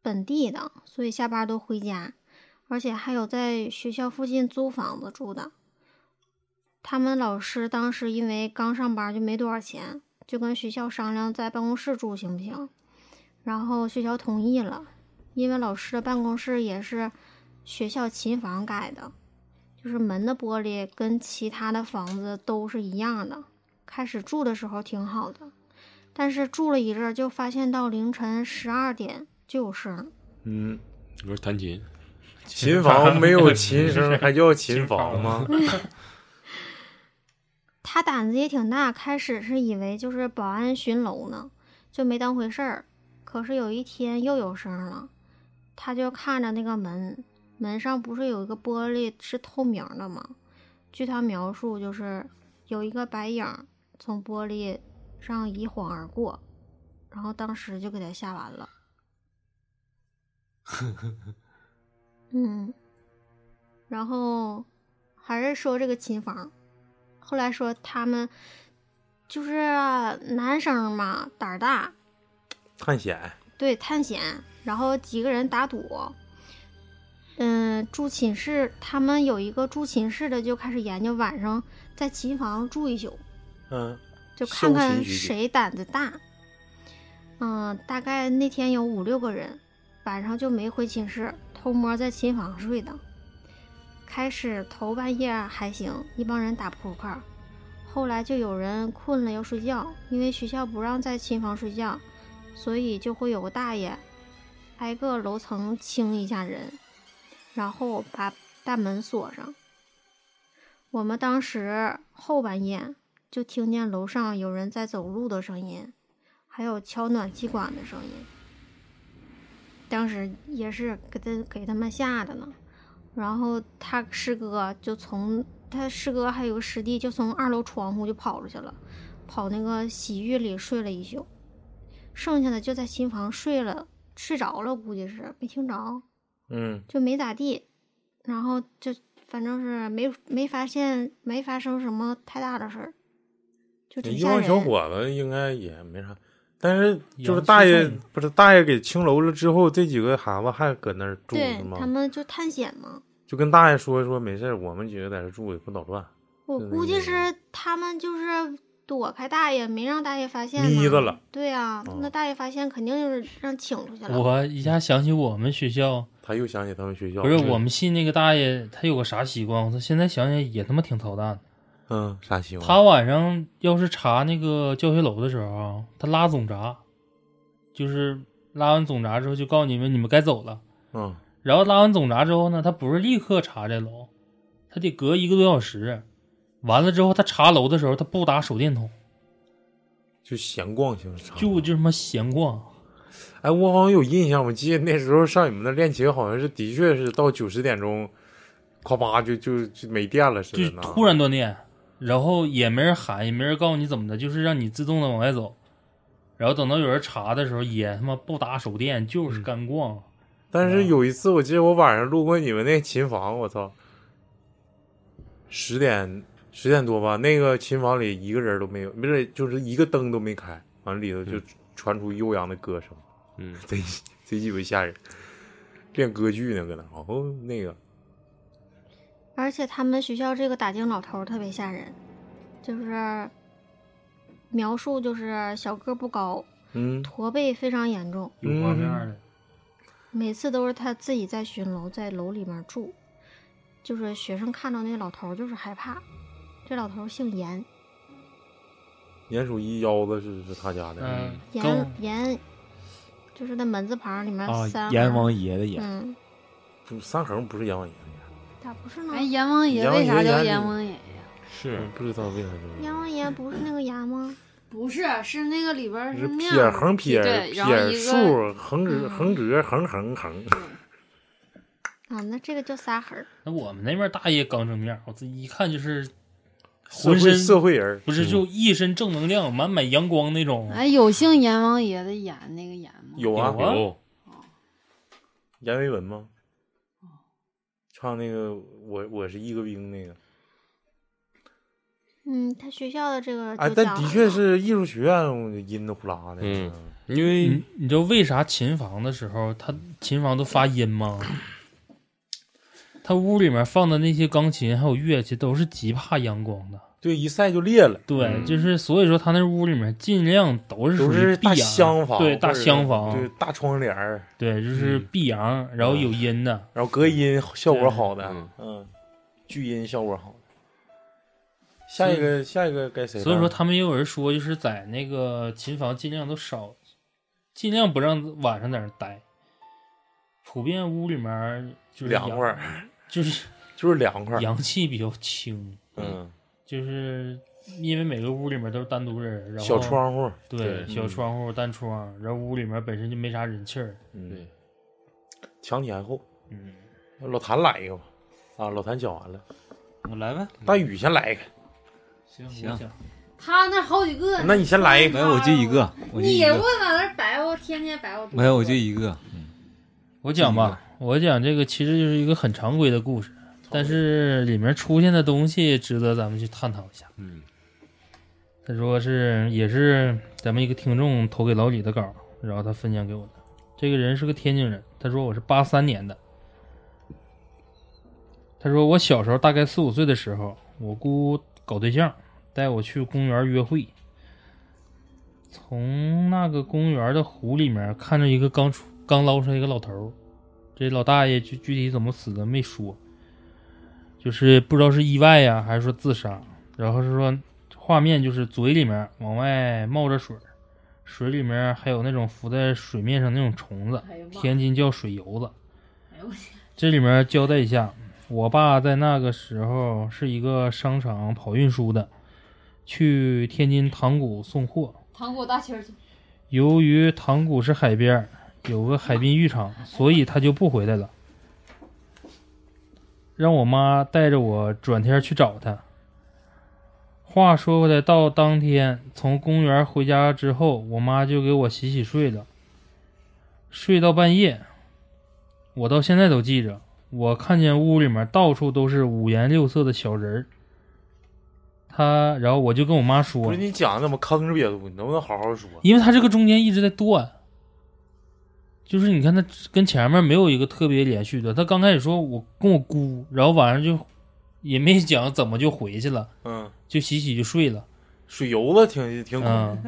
本地的，所以下班都回家，而且还有在学校附近租房子住的。他们老师当时因为刚上班就没多少钱，就跟学校商量在办公室住行不行，然后学校同意了，因为老师的办公室也是学校琴房改的，就是门的玻璃跟其他的房子都是一样的。开始住的时候挺好的，但是住了一阵儿就发现到凌晨十二点就有声儿。
嗯，
你说弹琴，
琴房没有 琴声，还叫琴房吗？
他胆子也挺大，开始是以为就是保安巡楼呢，就没当回事儿。可是有一天又有声儿了，他就看着那个门，门上不是有一个玻璃是透明的吗？据他描述，就是有一个白影儿从玻璃上一晃而过，然后当时就给他吓完了。嗯，然后还是说这个琴房，后来说他们就是男生嘛，胆儿大，
探险，
对探险，然后几个人打赌，嗯，住寝室，他们有一个住寝室的就开始研究晚上在琴房住一宿，
嗯，
就看
休
看
息一宿
谁胆子大。嗯，大概那天有五六个人，晚上就没回寝室，偷摸在琴房睡的。开始头半夜还行，一帮人打扑克，后来就有人困了要睡觉，因为学校不让在琴房睡觉，所以就会有个大爷挨个楼层清一下人，然后把大门锁上。我们当时后半夜就听见楼上有人在走路的声音，还有敲暖气管的声音。当时也是给他给他们吓的呢。然后他师哥就从他师哥还有个师弟就从二楼窗户就跑出去了，跑那个洗浴里睡了一宿，剩下的就在新房睡了，睡着了，估计是没听着。
嗯，
就没咋地，然后就反正是没没发现没发生什么太大的事儿，就挺
一
吓
帮小
人。
伙子应该也没啥，但是就
阳
是
气
大爷
重
不是大爷给清楼了之后，这几个孩子还搁那儿住
对
是吗？
他们就探险嘛，
就跟大爷说一说没事儿，我们几个在这住也不捣乱。
我
对
估
对
计
对
是他们就是躲开大爷，没让大爷发现。
眯着了。哦
对啊，那大爷发现肯定就是让请出去了。
我一下想起我们学校，
他又想起他们学校，
不是我们系那个大爷，他有个啥习惯？我操，现在想想也他妈挺操蛋的。
嗯，啥习惯？
他晚上要是查那个教学楼的时候，他拉总闸，就是拉完总闸之后就告诉你们，你们该走了。
嗯，
然后拉完总闸之后呢，他不是立刻查这楼，他得隔一个多小时。完了之后，他查楼的时候，他不打手电筒，
就闲逛型啥的。
就就他妈闲逛。
哎，我好像有印象，我记得那时候上你们那练琴，好像是的确是到九十点钟，咔吧就就就没电了似
就
的呢。
突然断电，然后也没人喊，也没人告诉你怎么的，就是让你自动的往外走。然后等到有人查的时候，也他妈不打手电，就是干逛。
但
嗯
是有一次，我记得我晚上路过你们那琴房，我操，十点十点多吧，那个琴房里一个人都没有，不是就是一个灯都没开，完了里头就传出悠扬的歌声，
嗯，
贼贼鸡巴吓人。练歌剧呢，搁那，哦，那个
而且他们学校这个打更老头儿特别吓人，就是描述就是小个儿不高，
嗯，
驼背非常严重，
有画面的，
每次都是他自己在巡楼，在楼里面住，就是学生看到那老头儿就是害怕。这老头儿姓严，
鼹鼠一腰子是是他家的，
嗯，跟我
严严，就是那门字旁里面
哦
啊，
三、
阎王爷的阎，
嗯，
不三横不是阎王爷的
咋不是呢
哎，？阎王爷
阎王
为啥
爷
叫
阎
哎阎
王
王爷呀？
是
嗯不知道为啥这
阎
样。
王爷不是那个阎吗？
不是，是那个里边儿
是
面
撇
儿
横撇
对，然后
撇
一个
竖横折
嗯
横折横横 横，
啊，那这个叫仨横儿。
那我们那边大爷刚正面，我这一看就是
社
浑
会
身
社会人儿，
不是就一身正能量，满满阳光那种。
哎，有姓阎王爷的阎那个阎吗？
有啊
有啊
有
阎维文吗？唱那个我我是一个兵那个，
嗯，他学校的这个
哎，
就
但
叫
的
了
确是艺术学院阴的呼啦的，
嗯因为
你你知道为啥琴房的时候他琴房都发音吗？他屋里面放的那些钢琴还有乐器都是极怕阳光的，
对，一晒就裂了，
对，
嗯
就是所以说他那屋里面尽量都是
都
属于
是
闭
大
阳，
厢房，
对大
或者
厢房，
对大窗帘儿，
对就是
嗯
闭阳，然后有阴的，
然后隔
嗯
音效果好的
嗯，
嗯，聚音效果好的。下一个下一个该谁了？
所以说他们也有人说，就是在那个琴房尽量都少，尽量不让晚上在那儿待。普遍屋里面就是
凉快
阳，
儿，
就是
就是凉快儿，
阳气比较轻，
嗯，
就是因为每个屋里面都是单独人，然后
小窗嗯户，
对
对
小窗户单窗，然后屋里面本身就没啥人气儿，
嗯
对，
墙体还厚。
嗯，
老谭来一个吧，啊，老谭讲完了，
我来呗。
大宇先来一个，
行
行
我想
他那好几个呢，
那你先来一个
没有，我就一个，我就一
你不
个，
往那儿摆我，哦天天摆我。
没有，我就一个。
我讲吧，我讲这个其实就是一个很常规的故事，但是里面出现的东西值得咱们去探讨一下。
嗯
他说是也是咱们一个听众投给老李的稿，然后他分享给我的。这个人是个天津人，他说我是八三年的。他说我小时候大概四五岁的时候，我姑搞对象，带我去公园约会。从那个公园的湖里面看着一个刚出刚捞出来一个老头儿，这老大爷具具体怎么死的没说，就是不知道是意外呀、还是说自杀。然后是说画面就是嘴里面往外冒着水儿，水里面还有那种浮在水面上那种虫子
哎呀，妈
天津叫水油子。
哎呦我天
这里面交代一下，我爸在那个时候是一个商场跑运输的，去天津塘沽送货。
糖果大圈儿去，
由于塘沽是海边儿，有个海滨浴场，所以他就不回来了。让我妈带着我转天去找他。话说回来，到当天从公园回家之后，我妈就给我洗洗睡了，睡到半夜，我到现在都记着。我看见屋里面到处都是五颜六色的小人儿，他，然后我就跟我妈说，
不是你讲怎么坑着瘪犊，你能不能好好说？
因为他这个中间一直在断，就是你看他跟前面没有一个特别连续的。他刚开始说我跟我姑，然后晚上就也没讲怎么就回去了，
嗯，
就洗洗就睡了。
水油子挺挺苦，
嗯，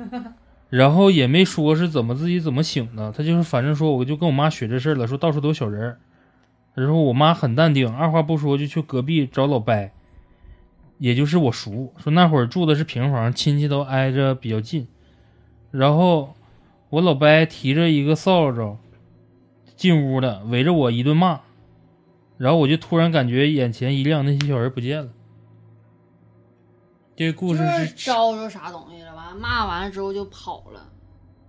然后也没说是怎么自己怎么醒的，他就是反正说我就跟我妈学这事儿了，说到处都有小人儿，然后我妈很淡定，二话不说就去隔壁找老伯，也就是我叔，说那会儿住的是平房，亲戚都挨着比较近，然后我老伯提着一个扫帚进屋了，围着我一顿骂，然后我就突然感觉眼前一亮，那些小人不见了。这个故
就
事
是
是
招着啥东西了，完了骂完了之后就跑了，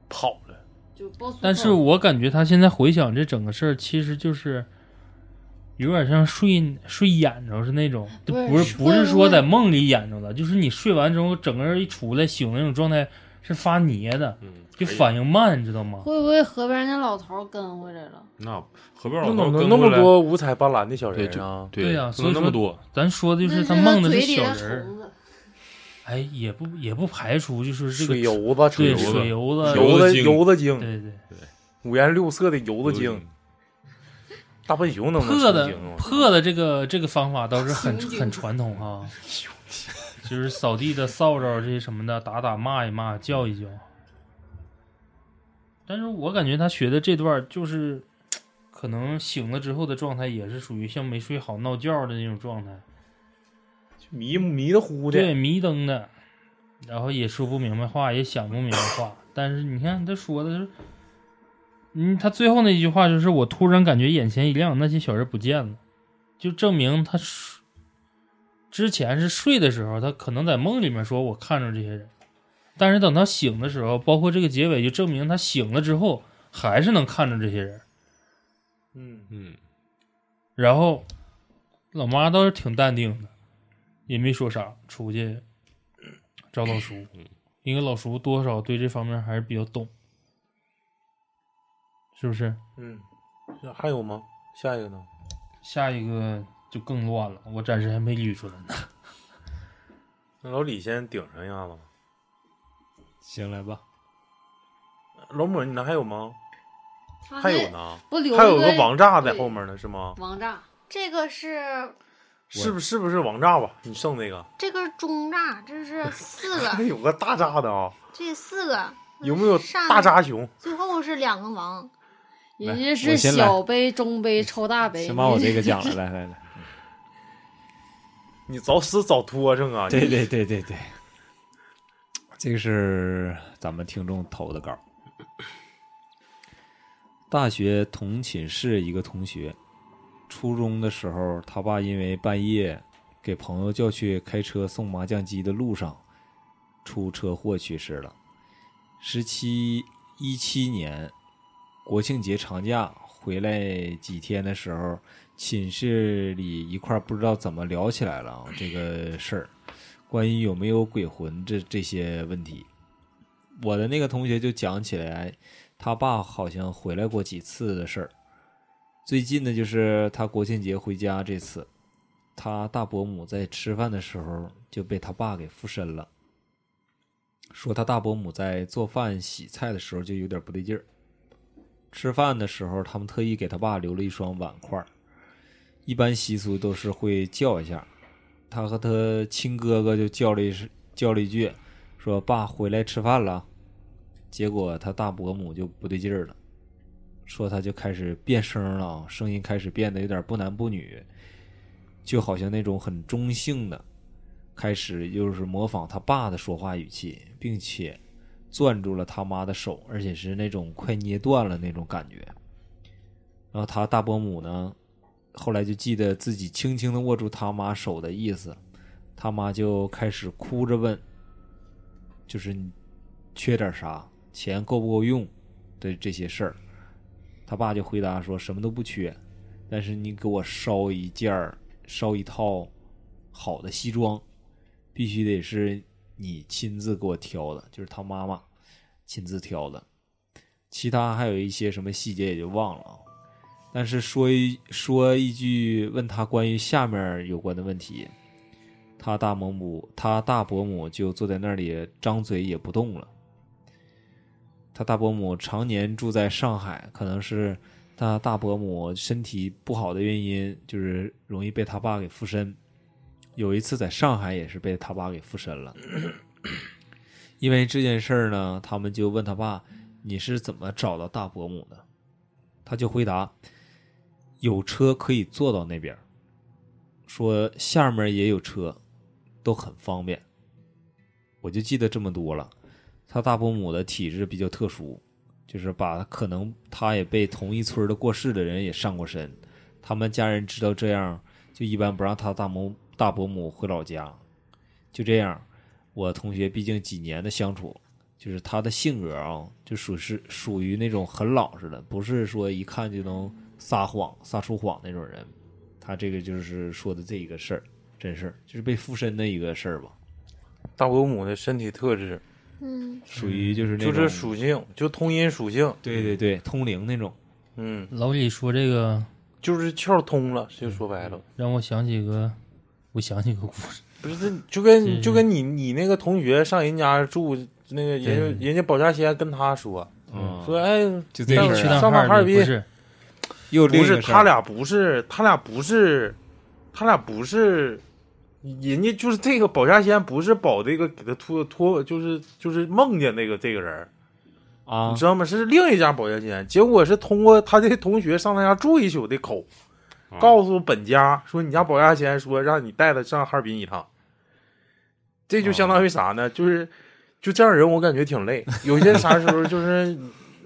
跑了，
就包粗口。
但是我感觉他现在回想这整个事儿，其实就是有点像睡睡眼着是那种，就
不是
不是不是
会
说
会
在梦里眼着的，就是你睡完之后整个人一出来醒的那种状态是发黏的，
嗯，
就
哎呀
反应慢，你知道吗？
会不会河边那老头儿跟回来了？
那河边
那
老
怎
头
么
跟
那么
过来，
多五彩斑斓的小
对
人啊？
对
对呀
不
所
能
以
那么
说
多，
咱说的就
那
是
是
他梦的
嘴
是
里
小
的
人儿，
虫子，
哎，也不也不排除就是这个
水油子、
对
成
水油子，
油
子
子、
精
油子精，
对对，
五颜六色的油子精
嗯，，
大笨熊能不能
破
成
的
精啊？
破的这个这个方法倒是很
刑警
很传统哈、 就是扫地的扫帚这些什么的，打打骂一骂，叫一叫。但是我感觉他学的这段儿就是，可能醒了之后的状态也是属于像没睡好闹觉儿的那种状态，
迷迷的糊
对，
的，
迷瞪的，然后也说不明白话，也想不明白话。但是你看他说的是，嗯，他最后那句话就是我突然感觉眼前一亮，那些小人不见了，就证明他睡之前是睡的时候，他可能在梦里面说我看着这些人，但是等他醒的时候，包括这个结尾，就证明他醒了之后还是能看着这些人。
嗯，
嗯，
然后老妈倒是挺淡定的，也没说啥，出去找老叔，因为老叔多少对这方面还是比较懂，是不是？
嗯，这还有吗？下一个呢？
下一个就更乱了，我暂时还没捋出来呢。
那老李先顶上一下子。
行来吧，
老母，你那还有吗？
他
还有
那
呢？
不留
还有
一
个
个
王炸在
对
后面呢，是吗？
王炸，
这个是
是不是不是王炸吧？你剩那个，
这个中炸，这是四
还
个，
有个大炸的啊？
这四个
有没有
上
大炸熊？
最后是两个王，
人家
我
是
先来
小杯、中杯、超大杯。
先把我 这个讲了，来来来，
你早死早脱上啊！
对对对对对，这个是咱们听众投的稿。大学同寝室一个同学，初中的时候，他爸因为半夜给朋友叫去开车送麻将机的路上，出车祸去世了。十七一七年国庆节长假回来几天的时候，寝室里一块儿不知道怎么聊起来了啊，这个事儿，关于有没有鬼魂这这些问题，我的那个同学就讲起来，他爸好像回来过几次的事儿。最近的就是他国庆节回家这次，他大伯母在吃饭的时候就被他爸给附身了，说他大伯母在做饭洗菜的时候就有点不对劲儿。吃饭的时候，他们特意给他爸留了一双碗筷儿，一般习俗都是会叫一下。他和他亲哥哥就叫了一声叫了一句，说：“爸，回来吃饭了。”结果他大伯母就不对劲儿了，说他就开始变声了啊，声音开始变得有点不男不女，就好像那种很中性的，开始又是模仿他爸的说话语气，并且攥住了他妈的手，而且是那种快捏断了那种感觉。然后他大伯母呢，后来就记得自己轻轻的握住他妈手的意思，他妈就开始哭着问，就是你缺点啥，钱够不够用的这些事儿。他爸就回答说什么都不缺，但是你给我烧一件儿，烧一套好的西装，必须得是你亲自给我挑的，就是他妈妈亲自挑的。其他还有一些什么细节也就忘了啊。但是说一说一句，问他关于下面有关的问题，他大伯母，他大伯母就坐在那里张嘴也不动了。他大伯母常年住在上海，可能是他大伯母身体不好的原因，就是容易被他爸给附身。有一次在上海也是被他爸给附身了。因为这件事儿呢，他们就问他爸：“你是怎么找到大伯母的？”他就回答：“有车可以坐到那边儿，说下面也有车，都很方便。”我就记得这么多了。他大伯母的体质比较特殊，就是把可能他也被同一村儿的过世的人也上过身。他们家人知道这样，就一般不让他大母大伯母回老家。就这样，我同学毕竟几年的相处，就是他的性格啊，就属是属于那种很老实的，不是说一看就能撒谎、撒出谎那种人。他这个就是说的这一个事儿，真事儿，就是被附身的一个事儿吧，
大伯母的身体特质
嗯，
属于就是那
就
种
这属性，就通阴属性，
对对对通灵那种。
嗯，
老李说这个
就是窍通了，就说白了，
让我想起个，我想起个故事，
不是这就跟
嗯
就跟你你那个同学上人家住那个人
对
人家保家仙跟他说
嗯，
说哎
就这事
你
带我
儿、啊、
去趟
上趟哈尔
滨
滨
不是？
又
不是他俩不是他俩不是他俩不是。人家就是这个保家仙，不是保这个给他托托，就是就是梦见那个这个人儿，
啊
你知道吗？是另一家保家仙，结果是通过他这同学上他家住一宿的口，
啊
告诉本家说你家保家仙说让你带他上哈尔滨一趟，这就相当于啥呢？就是就这样人，我感觉挺累。有些啥时候就是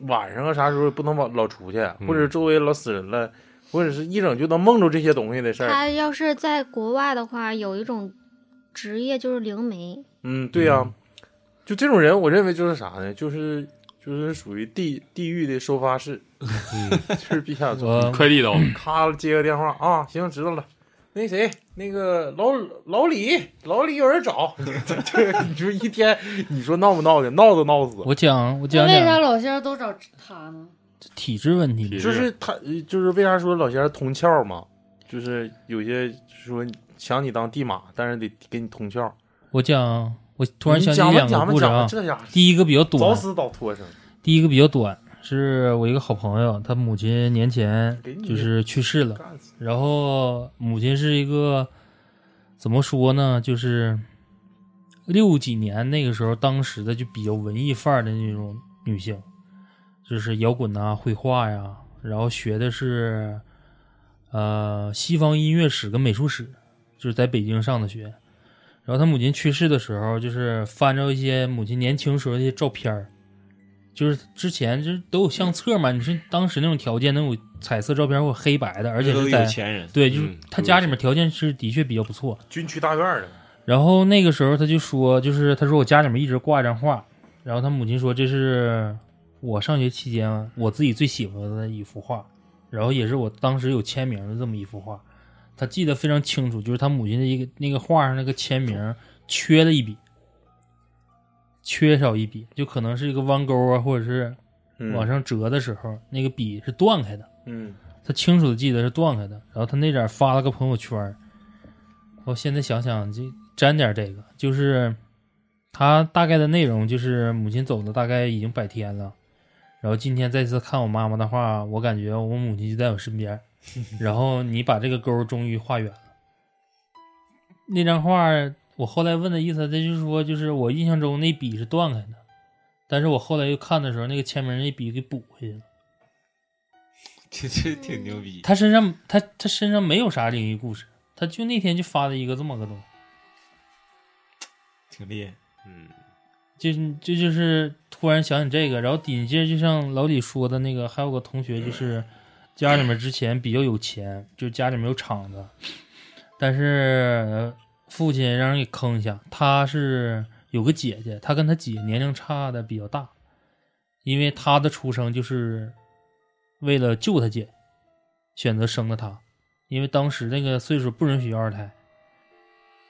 晚上啊，啥时候不能老老出去，或者周围老死人了，或者是一整就能梦着这些东西的事儿。
他要是在国外的话，有一种职业就是灵媒，
嗯，对呀、就这种人，我认为就是啥呢？就是就是属于地地狱的收发室， 就是地下村。
我
快递到，
咔接个电话啊，行，知道了。那谁，那个老老李，老李有人找， 这你说一天，你说闹不闹的，闹都闹死。
我讲
那
我讲
为啥
讲
老乡都找他呢？
体质问题，
体质
就是他，呃就是为啥说老仙儿通窍嘛？就是有些说想你当地马，但是得给你通窍。
我讲我突然
你
想起
讲吧
两
讲
个
吧
故事
讲
啊
吧，，这家伙
第一个比较短
早，死早脱生，
第一个比较短，是我一个好朋友，他母亲年前
给你
就是去世了，
干死。
然后母亲是一个怎么说呢，就是六几年那个时候，当时的就比较文艺范儿的那种女性，就是摇滚呐、绘画呀、然后学的是呃西方音乐史跟美术史，就是在北京上的学。然后她母亲去世的时候，就是翻着一些母亲年轻时候的一些照片儿，就是之前就是都有相册嘛，你是当时那种条件能有彩色照片或黑白的，而
而
且
都
是
有
在
钱人，
对，就是
嗯
他家里面条件是的确比较不错。
军区大院儿的，
然后那个时候他就说，就是他说我家里面一直挂一张画，然后他母亲说这是我上学期间啊我自己最喜欢的一幅画，然后也是我当时有签名的这么一幅画，他记得非常清楚，就是他母亲的一个那个画上那个签名缺了一笔，缺少一笔，就可能是一个弯钩啊，或者是
嗯
往上折的时候，那个笔是断开的。
嗯，
他清楚的记得是断开的。然后他那点儿发了个朋友圈儿，我现在想想就沾点儿这个，就是他大概的内容就是母亲走了大概已经百天了，然后今天再次看我妈妈的话，我感觉我母亲就在我身边儿，然后你把这个勾儿终于画远了。那张画儿我后来问的意思，他就是说，就是我印象中那笔是断开的，但是我后来又看的时候，那个签名儿那笔给补回去了。
这这挺牛逼。
他身上他他身上没有啥灵异故事，他就那天就发了一个这么个东西，
挺厉害。
嗯，
就是这就是突然想起这个，然后紧接着就像老李说的那个，还有个同学就是家里面之前比较有钱，就家里面有厂子，但是呃父亲让人给坑一下，他是有个姐姐，他跟他姐年龄差的比较大，因为他的出生就是为了救他姐，选择生的他。因为当时那个岁数不允许要二胎，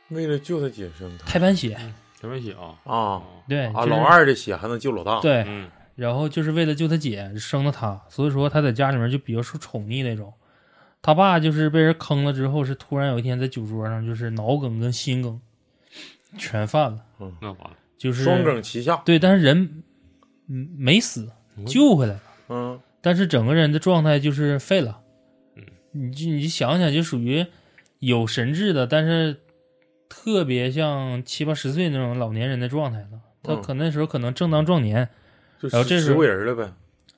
为了救他姐生他
胎盘血，
开玩笑啊，
啊
对
嗯啊，
哎就是
老二的血还能救老大，
对，
嗯，
然后就是为了救他姐生的他，所以说他在家里面就比较受宠溺那种。他爸就是被人坑了之后，是突然有一天在酒桌上，就是脑梗跟心梗全犯了，
那完了，
就是
双梗齐下，
对，但是人嗯没死，救回来了，
嗯，
但是整个人的状态就是废了。
嗯，
你就你想想，就属于有神智的，但是特别像七八十岁那种老年人的状态了。他
嗯
可那时候可能正当壮年，
就
然后这
是
是
植物人了呗。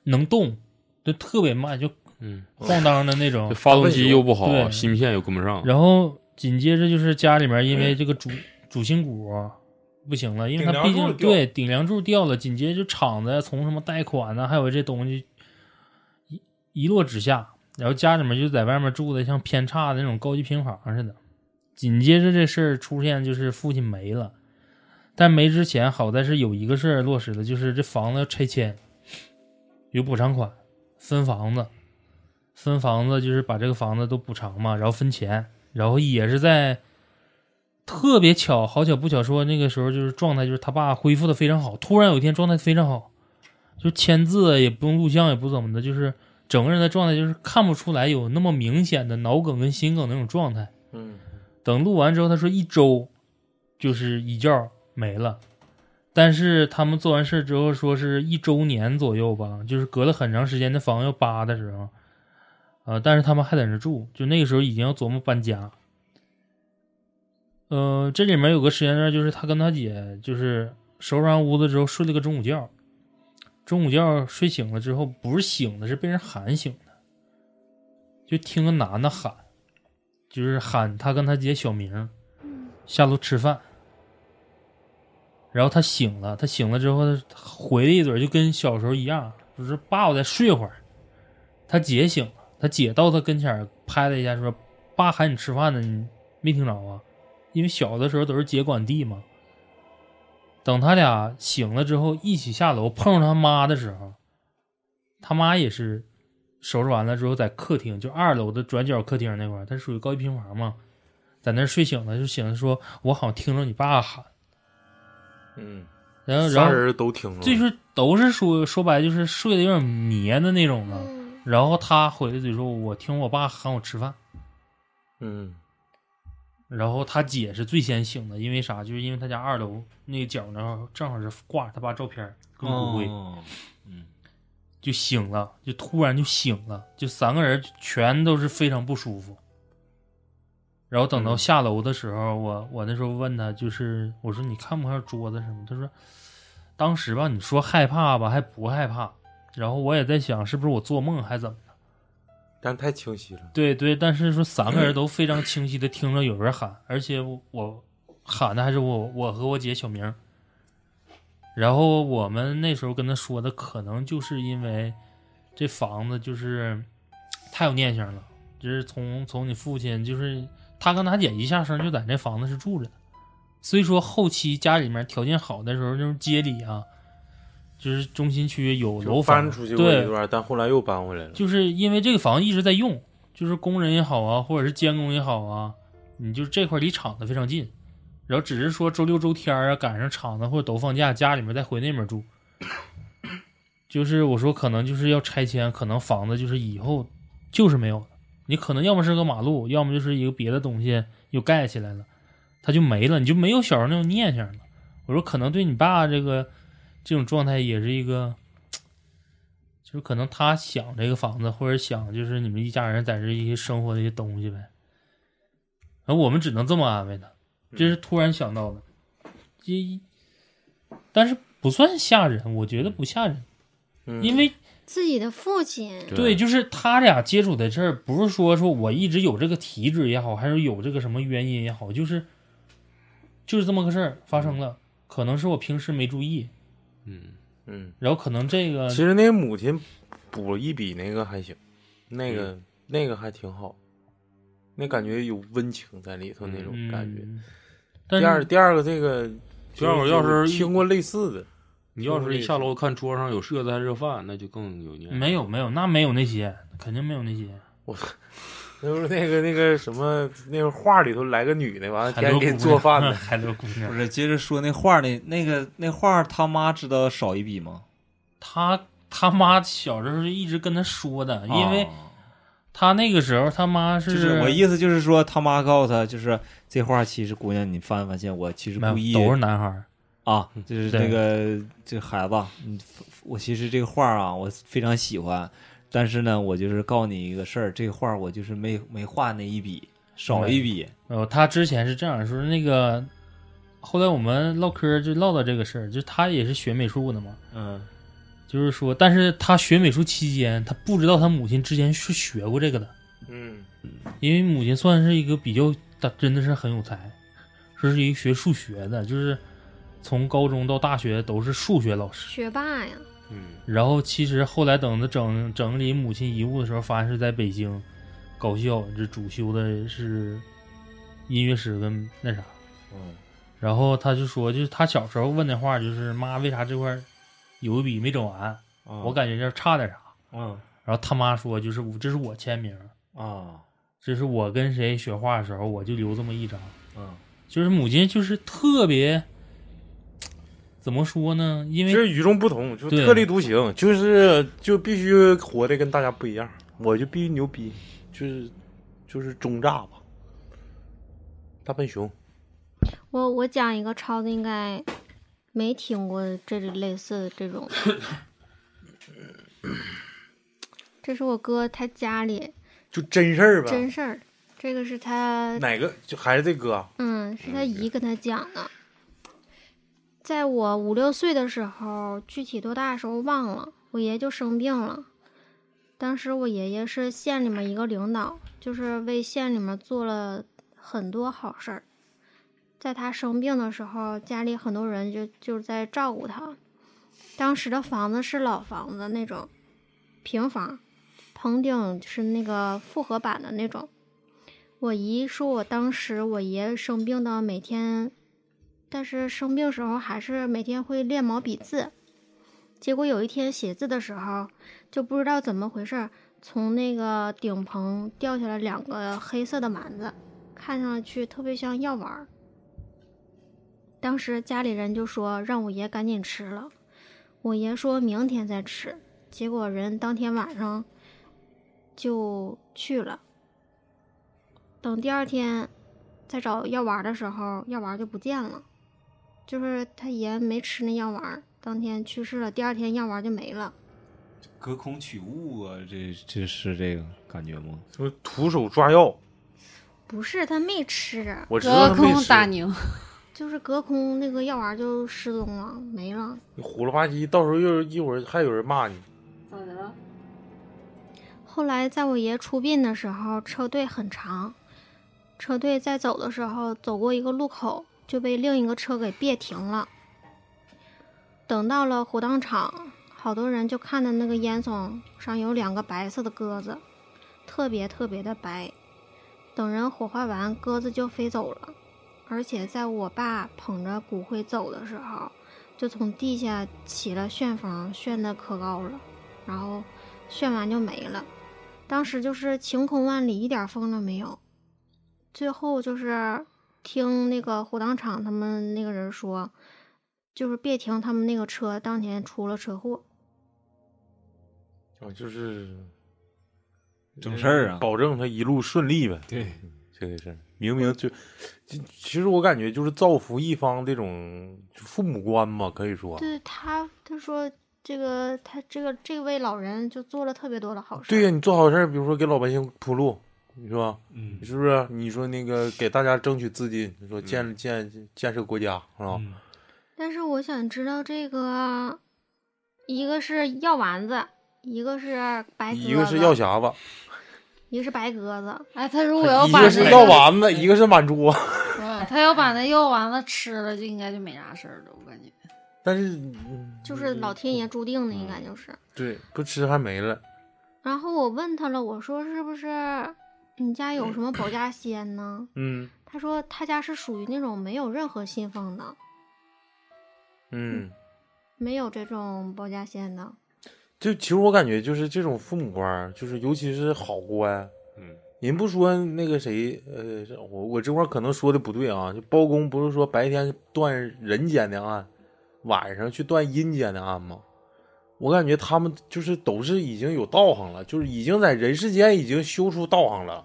能动，就特别慢，就
嗯，
晃荡的那种
这。发动机又不好，
对
芯片又跟不上，
然后紧接着就是家里面因为这个主主心骨不行了，因为
顶
它
梁
毕
柱
竟
掉
对顶梁柱掉了，紧接着就厂子从什么贷款呐、还有这东西一一落指下，然后家里面就在外面住的像偏差的那种高级平房似的。紧接着这事儿出现就是父亲没了，但没之前好在是有一个事儿落实的，就是这房子要拆迁，有补偿款，分房子，分房子就是把这个房子都补偿嘛，然后分钱，然后也是在特别巧，好巧不巧说那个时候就是状态就是他爸恢复的非常好，突然有一天状态非常好，就签字也不用录像也不怎么的，就是整个人的状态就是看不出来有那么明显的脑梗跟心梗那种状态。
嗯，
等录完之后，他说一周就是一觉没了。但是他们做完事之后，说是一周年左右吧，就是隔了很长时间，那房要扒的时候，呃，但是他们还在那住，就那个时候已经要琢磨搬家。呃，这里面有个时间段，就是他跟他姐就是收拾完屋子之后睡了个中午觉，中午觉睡醒了之后不是醒的，是被人喊醒的，就听个男的喊，就是喊他跟他姐小名儿，下楼吃饭。然后他醒了，他醒了之后他回了一嘴，就跟小时候一样，就是爸，我再睡会儿。他姐醒了，他姐到他跟前儿拍了一下，说：“爸喊你吃饭呢，你没听着啊？”因为小的时候都是姐管地嘛。等他俩醒了之后，一起下楼碰上他妈的时候，他妈也是收拾完了之后，在客厅，就二楼的转角客厅那块儿，它属于高级平房嘛，在那儿睡醒了，就醒了说：“我好像听着你爸喊。”
嗯，
然后，然
仨
后
人都听着。
就是都是说说白了就是睡得有点迷的那
嗯
种了。然后他回了嘴说：“我听我爸喊我吃饭。
嗯”
然后他姐是最先醒的，因为啥？就是因为他家二楼那个角那儿正好是挂着他爸照片儿跟骨灰，
哦嗯，
就醒了，就突然就醒了，就三个人全都是非常不舒服。然后等到下楼的时候，我我那时候问他，就是我说你看不看桌子什么？他说，当时吧，你说害怕吧，还不害怕。然后我也在想，是不是我做梦还怎么？
但太清晰了。
对对，但是说三个人都非常清晰的听着有人喊，而且我我喊的还是我我和我姐小明儿。然后我们那时候跟他说的，可能就是因为这房子就是太有念想了，就是从从你父亲，就是他跟他姐一下生就在这房子是住着的，所以说后期家里面条件好的时候，就是街里啊，就是中心区有
就
楼房
搬出去过
对
一段，但后来又搬回来了。
就是因为这个房一直在用，就是工人也好啊，或者是监工也好啊，你就这块离厂子非常近，然后只是说周六周天啊赶上厂子或者都放假，家里面再回那边住。就是我说可能就是要拆迁，可能房子就是以后就是没有了，你可能要么是个马路，要么就是一个别的东西又盖起来了，它就没了，你就没有小时候那种念想了。我说可能对你爸这个这种状态也是一个就是可能他想这个房子，或者想就是你们一家人在这一些生活的一些东西呗。然后我们只能这么安慰他，这
嗯
是突然想到的，这一但是不算吓人，我觉得不吓人，
嗯
因为
自己的父亲，
对，就是他俩接触的事儿，不是说说我一直有这个体质也好，还是有这个什么原因也好，就是就是这么个事儿发生了，可能是我平时没注意，
嗯，
嗯，
然后可能这个
其实那个母亲补了一笔，那个还行，那个、
嗯
那个还挺好，那感觉有温情在里头那种
嗯
感觉。
但
第
是
二第二个这个，
第二个要是一
听过类似的，
你要是一下楼看桌上有柿子还热饭，那就更有年
没有没有，那没有那些，肯定没有那些。
就是那个那个什么那个画里头来个女的，完了
海
天
螺
天给
姑娘
你做饭的，
海螺姑
不
娘，
是，接着说那画儿那那个那画儿他妈知道少一笔吗？
他他妈小时候一直跟他说
哦
的，因为
啊
他那个时候他妈
就是是我意思就是说他妈告诉他，就是这画儿其实姑娘你发没发现我其实
没
故意
有都是男孩儿，
啊，就是
嗯对
那个这孩子，你我其实这个画儿啊，我非常喜欢，但是呢，我就是告诉你一个事儿，这个画儿我就是没没画那一笔，少一笔，
呃，他之前是这样说，那个后来我们唠嗑就唠到这个事儿，就是他也是学美术的嘛，
嗯
就是说，但是他学美术期间，他不知道他母亲之前是学过这个的，
嗯
因为母亲算是一个比较，她真的是很有才，说是一个学数学的，就是从高中到大学都是数学老师。
学霸呀，
嗯
然后其实后来等他整整理母亲遗物的时候，发现是在北京高校，这主修的是音乐史跟那啥。
嗯
然后他就说，就是他小时候问的话，就是妈，为啥这块儿有一笔没整完？
啊，
我感觉这差点啥。
嗯
然后他妈说，就是我这是我签名，
啊
这是我跟谁学画的时候，我就留这么一张。
嗯，
就是母亲就是特别怎么说呢？因
这
为
与众不同，就
对
特立独行，就是就必须活的跟大家不一样，我就必须牛逼，就是就是中炸吧，大笨熊，
我我讲一个超子应该没听过这类似的这种，这是我哥他家里
就真事儿呗，
真事儿，这个是他
哪个就还是这哥，
嗯，是他姨跟他讲的。在我五六岁的时候，具体多大时候忘了，我爷就生病了。当时我爷爷是县里面一个领导，就是为县里面做了很多好事儿。在他生病的时候，家里很多人就就是在照顾他。当时的房子是老房子那种平房，棚顶是那个复合板的那种。我姨说，我当时我爷生病到每天，但是生病时候还是每天会练毛笔字。结果有一天写字的时候，就不知道怎么回事儿，从那个顶棚掉下来两个黑色的蛮子，看上去特别像药丸儿。当时家里人就说让我爷赶紧吃了，我爷说明天再吃。结果人当天晚上就去了。等第二天再找药丸儿的时候，药丸儿就不见了，就是他爷没吃那药丸儿，当天去世了，第二天药丸儿就没了。
隔空取物啊，这这是这个感觉吗？
什么徒手抓药，
不是他没吃，
我知道
隔
他没
空打
吃，
牛，
就是隔空那个药丸儿就失踪了，没了。
你虎了吧唧，到时候又一会儿还有人骂你，
咋的了？
后来在我爷出殡的时候，车队很长，车队在走的时候走过一个路口，就被另一个车给别停了。等到了火葬场，好多人就看到那个烟囱上有两个白色的鸽子，特别特别的白。等人火化完，鸽子就飞走了。而且在我爸捧着骨灰走的时候，就从地下起了旋风，旋的可高了，然后旋完就没了。当时就是晴空万里，一点风都没有。最后就是听那个火葬场他们那个人说，就是别停他们那个车，当天出了车祸。
啊，就是
正事儿啊
保证他一路顺利呗。
对，
这个事儿，明明就，其其实我感觉就是造福一方这种父母官嘛，可以说，
对他，他说这个他这个这位老人就做了特别多的好事。
对呀，你做好事儿，比如说给老百姓铺路，是吧？
嗯
是不是？你说那个给大家争取资金，你说建、建建设国家，是吧？
嗯
但是我想知道这个，一个是药丸子，一个是白鸽子，
一个是药匣子，
一个是白鸽子。
哎，他如果要
一
把
个
那
是
个
药丸子，一个是满珠。
嗯他要把那药丸子吃了，就应该就没啥事儿了，我感觉。
但是嗯
就是老天爷注定的，应该就是。
对不吃还没了，
然后我问他了，我说是不是你家有什么保家仙呢？
嗯
他说他家是属于那种没有任何信奉的，
嗯。
没有这种保家仙的。
就其实我感觉就是这种父母官儿，就是尤其是好官，
嗯，
您不说那个谁，呃，是我我这块儿可能说的不对啊，就包公不是说白天断人间的案，晚上去断阴间的案吗？我感觉他们就是都是已经有道行了，就是已经在人世间已经修出道行了，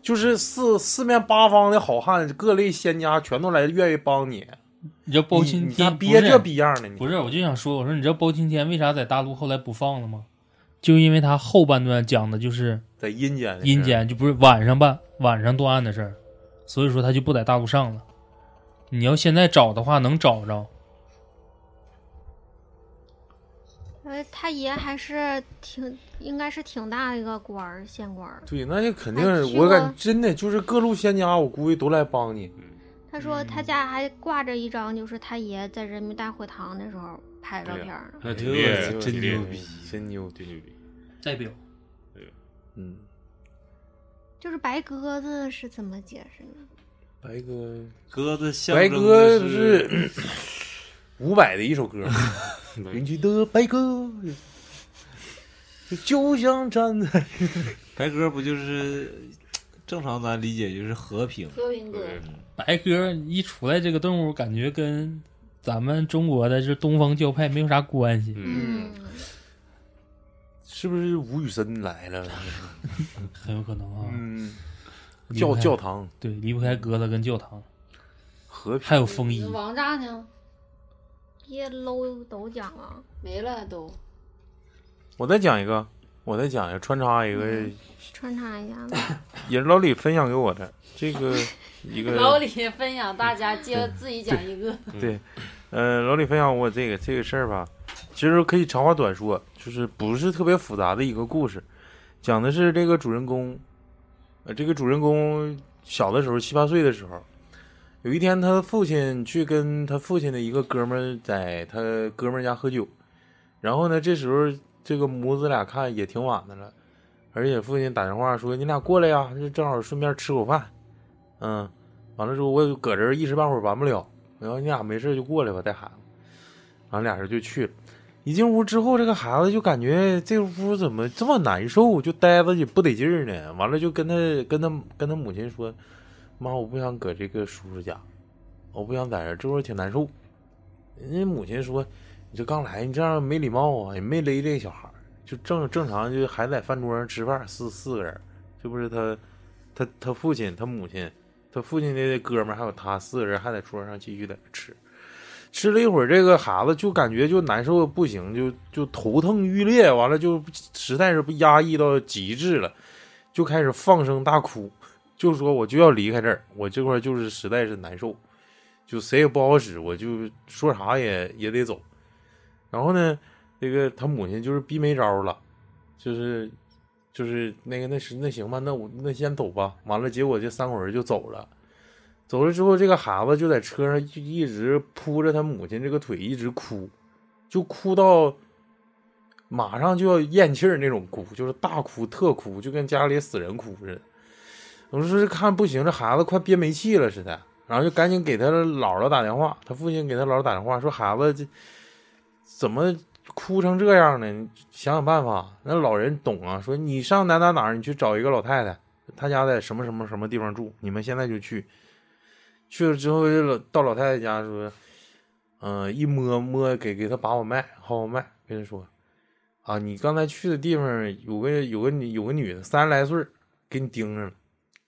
就是四四面八方的好汉，各类仙家全都来愿意帮你，
你知道包
你
青
你咋
天
憋
不是
这逼样呢？你
不是，我就想说，我说你知道包青天为啥在大陆后来不放了吗？就因为他后半段讲的就是
在阴间的事儿
阴间，就不是晚上办晚上断案的事儿，所以说他就不在大陆上了。你要现在找的话，能找着。
呃，他爷还是挺，应该是挺大的一个官儿，县官儿。
对，那就肯定
哎
是
去
我感
过
真的就是各路仙家，我估计都来帮你。
他说他家还挂着一张，就是他爷在人民大会堂的时候拍照
哎呀
片儿呢。
那挺厉害
哎呦，
真
挺厉
牛
害
逼，
真牛逼！
真牛逼。
代表
嗯，
就是白鸽子是怎么解释呢？
白哥，
鸽子象
白
征
哥
的
不
是
是伍佰的一首 歌吗，邻居的白鸽就像站在
白鸽，不就是正常咱理解就是和平？
和平鸽
对
白鸽一出来，这个动物感觉跟咱们中国的这东方教派没有啥关系。
嗯，
嗯，
是不是吴宇森来了？
很有可能啊。
嗯，
离不
教
开
教堂
对，离不开鸽子跟教堂，
和平
还有风衣。
王炸呢？
别搂抖奖啊！
没了都。
我再讲一个，我再讲一个，穿插一个，
嗯
穿插一下吧。
也是老李分享给我的这 个一个
老李分享大家，接自己讲一个。
对，呃，老李分享我这个这个事儿吧，其实可以长话短说，就是不是特别复杂的一个故事，讲的是这个主人公，呃，这个主人公小的时候七八岁的时候，有一天他的父亲去跟他父亲的一个哥们儿在他哥们儿家喝酒，然后呢，这时候这个母子俩看也挺晚的了，而且父亲打电话说你俩过来呀，这正好顺便吃口饭，嗯，完了之后我搁这儿一时半会儿完不了。然后你俩没事就过来吧，带孩子。然后俩人就去了。一进屋之后，这个孩子就感觉这屋怎么这么难受，就待着也不得劲儿呢。完了就跟他跟他跟他母亲说：“妈，我不想搁这个叔叔家，我不想在这儿，这屋挺难受。”人家母亲说：“你这刚来，你这样没礼貌啊，也没勒这个小孩儿，就正正常，就还在饭桌上吃饭，四四个人，这不是他他他父亲、他母亲、他父亲的哥们儿还有他四个人还在桌上继续在这吃，吃了一会儿，这个孩子就感觉就难受的不行，就就头疼欲裂，完了就实在是被压抑到极致了，就开始放声大哭，就说我就要离开这儿，我这块儿就是实在是难受，就谁也不好使，我就说啥也也得走。然后呢，这个他母亲就是逼没招儿了，就是就是那个那是那行吧，那我那先走吧。完了，结果这三口人就走了。走了之后，这个孩子就在车上就一直扑着他母亲这个腿一直哭，就哭到马上就要咽气儿那种哭，就是大哭特哭，就跟家里死人哭似的。我说这看不行，这孩子快憋没气了似的，然后就赶紧给他姥姥打电话，他父亲给他姥姥打电话说孩子这怎么哭成这样呢？你想想办法。那老人懂啊，说你上哪哪哪儿，你去找一个老太太，她家在什么什么什么地方住，你们现在就去。去了之后，这老到老太太家说，嗯、一摸摸给给她把把脉，号号脉，跟她说，啊，你刚才去的地方有个有个女有个女的三十来岁儿给你盯上了，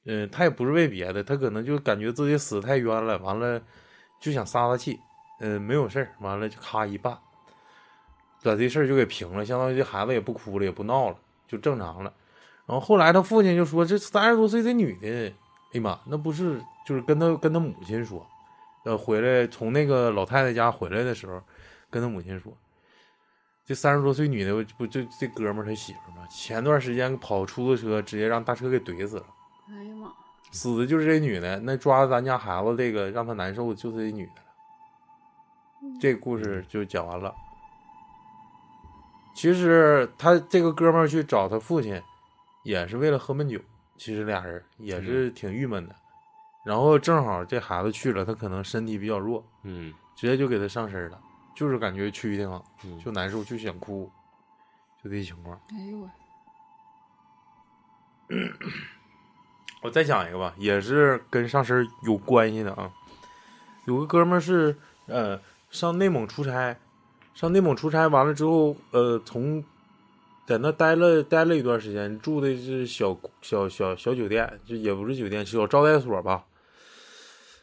嗯、她也不是为别的，她可能就感觉自己死太冤了，完了就想撒撒气，嗯、没有事儿，完了就咔一绊，把这事儿就给平了，相当于这孩子也不哭了，也不闹了，就正常了。然后后来他父亲就说：“这三十多岁这女的，哎呀妈，那不是就是跟他跟他母亲说，呃，回来从那个老太太家回来的时候，跟他母亲说，这三十多岁女的不不就这哥们儿他媳妇儿嘛，前段时间跑出租车，直接让大车给怼死了，
哎呀妈！
死的就是这女的。那抓咱家孩子这个让他难受的就是这女的了。这故事就讲完了。其实他这个哥们儿去找他父亲，也是为了喝闷酒。其实俩人也是挺郁闷的。然后正好这孩子去了，他可能身体比较弱，
嗯
直接就给他上身了，就是感觉去挺好，
嗯，
就难受，就想哭，就这情况。
哎呦我！
我再讲一个吧，也是跟上身有关系的啊。有个哥们儿是呃上内蒙出差，上内蒙出差完了之后，呃，从在那待了待了一段时间，住的是小小小小酒店，就也不是酒店，小招待所吧。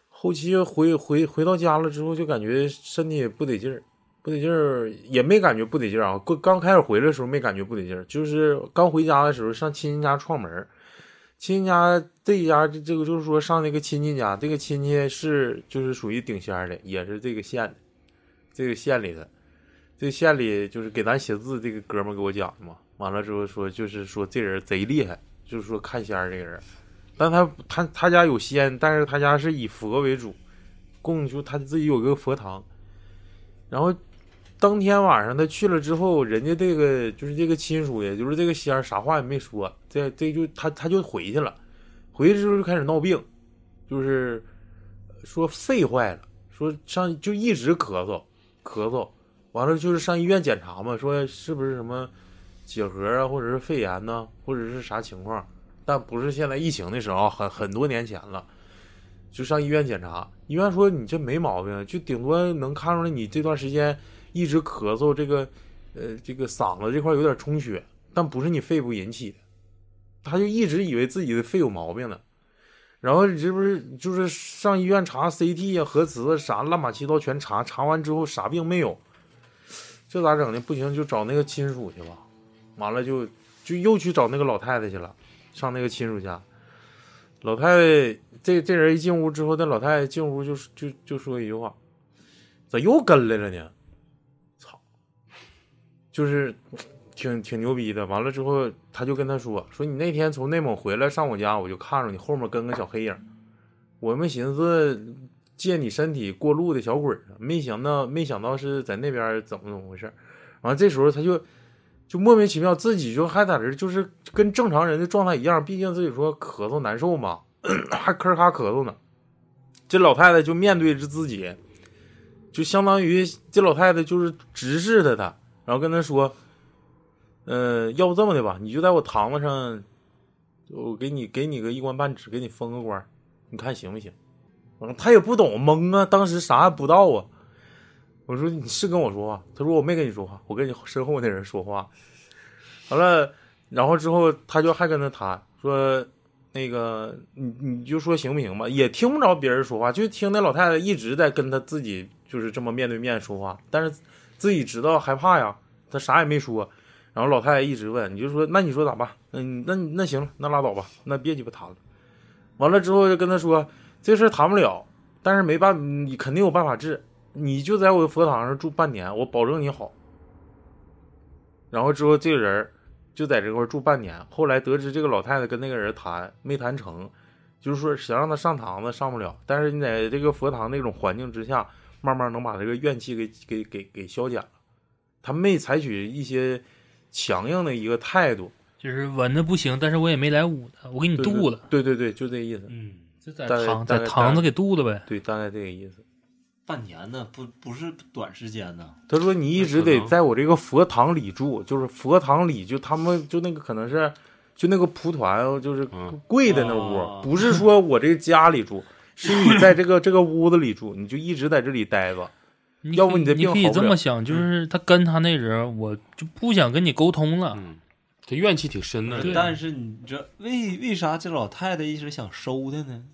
后期回回回到家了之后，就感觉身体不得劲儿，不得劲儿也没感觉不得劲儿啊。刚刚开始回来的时候没感觉不得劲儿，就是刚回家的时候上亲戚家串门儿，亲戚家这一家这这个就是说上那个亲戚家，这个亲戚是就是属于顶仙儿的，也是这个县的，这个县里的，这个县里就是给咱写字这个哥们儿给我讲的嘛。完了之后说就是说这人贼厉害，就是说看仙儿这个人，但他他他家有仙，但是他家是以佛为主，供就他自己有个佛堂，然后。当天晚上他去了之后，人家这个就是这个亲属的，也就是这个仙儿啥话也没说，这这就他他就回去了，回去之后就开始闹病，就是说肺坏了，说上就一直咳嗽咳嗽，完了就是上医院检查嘛，说是不是什么结核啊，或者是肺炎呐、或者是啥情况，但不是现在疫情的时候，很很多年前了。就上医院检查，医院说你这没毛病，就顶多能看出来你这段时间一直咳嗽，这个呃这个嗓子这块有点充血，但不是你肺部引起的。他就一直以为自己的肺有毛病呢，然后这不是就是上医院查 CT 啊、核磁啊啥乱七八糟全查，查完之后啥病没有，这咋整呢？不行就找那个亲属去吧，完了就就又去找那个老太太去了，上那个亲属家。老太太这这人一进屋之后，那老太太进屋就就就说一句话：“咋又跟来了呢？”操，就是挺挺牛逼的。完了之后，他就跟他说：“说你那天从内蒙回来上我家，我就看着你后面跟个小黑影，我们寻思借你身体过路的小鬼儿呢，没想到没想到是在那边怎么怎么回事。”完了这时候他就。就莫名其妙自己就还在这儿，就是跟正常人的状态一样，毕竟自己说咳嗽难受嘛， 还咳咔咳嗽呢。这老太太就面对着自己，就相当于这老太太就是直视着他，然后跟他说：“呃，要不这么的吧，你就在我堂子上，我给你给你个一官半职，给你封个官，你看行不行？”嗯，他也不懂，懵啊，当时啥也不知道啊。我说你是跟我说话，他说我没跟你说话，我跟你身后那人说话。完了，然后之后他就还跟他谈说，那个你你就说行不行吧，也听不着别人说话，就听那老太太一直在跟他自己就是这么面对面说话，但是自己知道害怕呀，他啥也没说。然后老太太一直问，你就说那你说咋办？嗯，那那行了，那拉倒吧，那别鸡巴谈了。完了之后就跟他说这事儿谈不了，但是没办，你肯定有办法治。你就在我的佛堂上住半年，我保证你好。然后之后这个人就在这块住半年，后来得知这个老太太跟那个人谈没谈成，就是说想让他上堂子上不了，但是你在这个佛堂那种环境之下，慢慢能把这个怨气给给给给消减了。他没采取一些强硬的一个态度，
就是闻的不行，但是我也没来捂它，我给你
对
渡了。，
对对对，就这意思，
嗯，就在
大概
堂
大
在
概
堂子给渡了呗。
对，大概这个意思。
半年呢，不不是短时间呢。
他说你一直
那可
得
能
在我这个佛堂里住，就是佛堂里就他们就那个可能是就那个蒲团就是
嗯
跪的那屋，
哦
不是说我这个家里住，是你在这个这个屋子里住，你就一直在这里待着。
你
要
可
不
以
你的
你
病
可以
好不
这
了嗯
么想，就是他跟他那人，我就不想跟你沟通了。
嗯，这怨气挺深的，
对
但是你这为为啥这老太太一直想收他呢？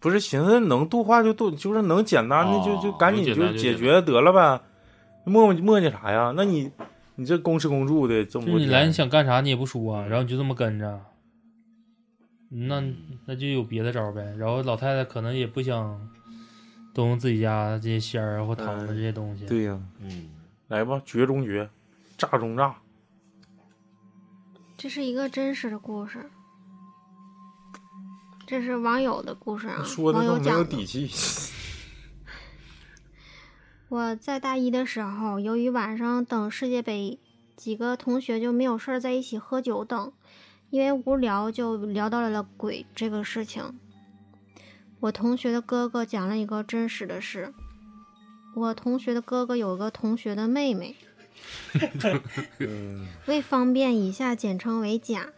不是寻思能度化就度，就是能简单的就、
哦
就赶紧
能简
就
单就
解
简
决得了呗，磨叽磨叽啥呀？那你你这公吃公住的嗯这么
就
多
是你来
天
你，想干啥你也不说、啊然后你就这么跟着，那
嗯
那就有别的招儿呗。然后老太太可能也不想动用自己家这些仙儿啊或糖的这些东西。
对呀、
嗯，
来吧，绝中绝，炸中炸，
这是一个真实的故事，这是网友的故事啊，
说的
网
都
友
没有
讲
底
的。
气。
我在大一的时候，由于晚上等世界杯，几个同学就没有事儿在一起喝酒等，因为无聊就聊到了鬼这个事情。我同学的哥哥讲了一个真实的事。我同学的哥哥有个同学的妹妹，为方便，以下简称为甲。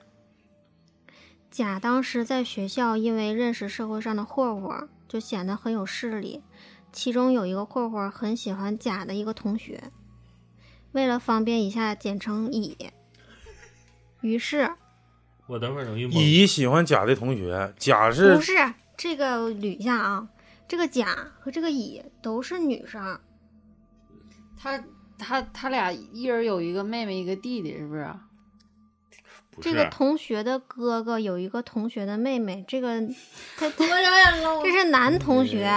甲当时在学校，因为认识社会上的混混儿，就显得很有势力。其中有一个混混儿很喜欢甲的一个同学，为了方便，以下简称乙。于是，
我等会儿容易懵。
乙喜欢甲的同学，甲是
不是这个我捋一下啊，这个甲和这个乙都是女生，
啊他他他俩一人有一个妹妹一个弟弟，是不是？
不不
这个
是，
同学的哥哥有一个同学的妹妹，这个他他
我有点 low
这是男同学，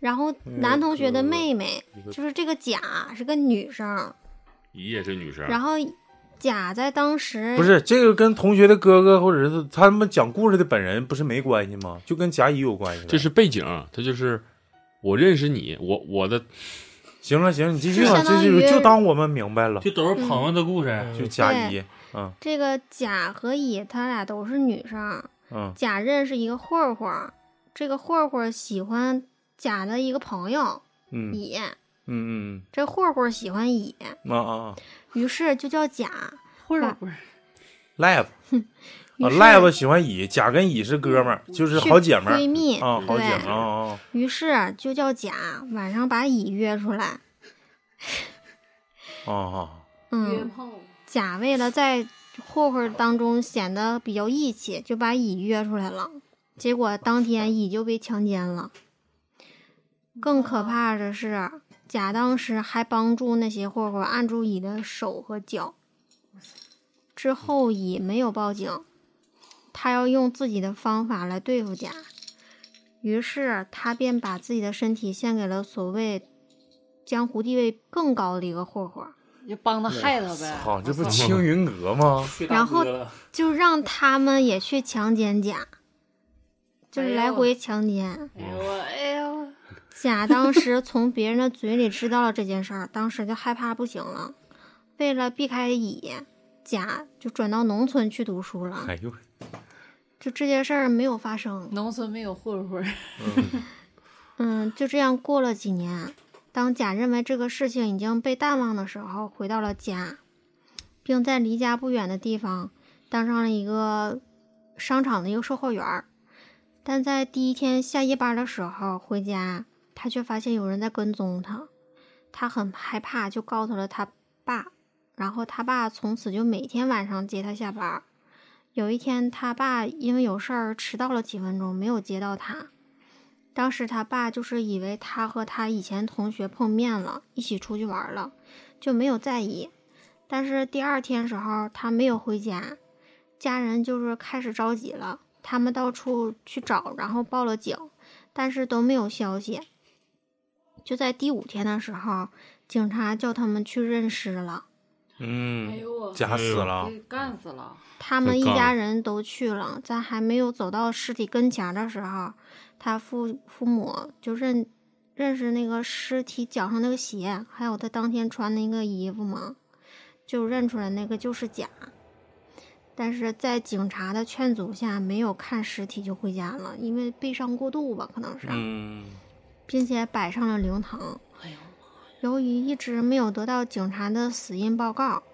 然后男同学的
哥哥
妹妹
一嗯个
就是这个甲是个女生，
姨也是女生，
然后甲在当时
啊不是这个跟同学的哥哥或者是他们讲故事的本人不是没关系吗？就跟甲乙有关系呗。
这是背景，他就是我认识你，我我的
行了行了，你继续
就
吧，
相当
这
于
就就当我们明白了，
就都是朋友的故事。
就甲乙，嗯
这个甲和乙他俩都是女生，
嗯
甲认识一个混混，这个混混喜欢甲的一个朋友
嗯嗯
乙，
嗯
这混混喜欢乙，
嗯啊啊啊
于是就叫甲。
或者
吧
不是
，lab
于
啊
是嗯
，lab 喜欢乙，甲跟乙是哥们儿，就是好姐们儿
闺蜜
啊，好姐们
对
儿啊啊，
于是就叫甲晚上把乙约出来。
啊啊，
嗯，
炮，
甲为了在混混当中显得比较义气，就把乙约出来了。结果当天乙就被强奸了。更可怕的是，甲当时还帮助那些混混按住乙的手和脚。之后乙没有报警，他要用自己的方法来对付甲，于是他便把自己的身体献给了所谓江湖地位更高的一个混混。
就帮他害他呗。
操，这不
我操
青云阁吗？
然后就让他们也去强奸甲，就是来回强奸。
哎呦我哎呦，
甲当时从别人的嘴里知道了这件事儿，当时就害怕不行了。为了避开乙，甲就转到农村去读书了。
哎呦，
就这件事儿没有发生。
农村没有混混，
嗯，就这样过了几年。当甲认为这个事情已经被淡忘的时候，回到了家，并在离家不远的地方当上了一个商场的一个售货员儿。但在第一天下夜班的时候回家，他却发现有人在跟踪他，他很害怕，就告诉了他爸。然后他爸从此就每天晚上接他下班儿。有一天，他爸因为有事儿迟到了几分钟，没有接到他。当时他爸就是以为他和他以前同学碰面了，一起出去玩了，就没有在意。但是第二天时候，他没有回家，家人就是开始着急了，他们到处去找，然后报了警，但是都没有消息。就在第五天的时候，警察叫他们去认尸了，
哎
嗯，
呦我，
甲死了，
给干死了，
他们一
干
家
了
人都去了，在还没有走到尸体跟前儿的时候，他父父母就认认识那个尸体脚上那个鞋，还有他当天穿的一个衣服嘛，就认出来那个就是甲。但是在警察的劝阻下，没有看尸体就回家了，因为悲伤过度吧，可能是，
嗯，
并且摆上了灵堂。
哎呦，
由于一直没有得到警察的死因报告，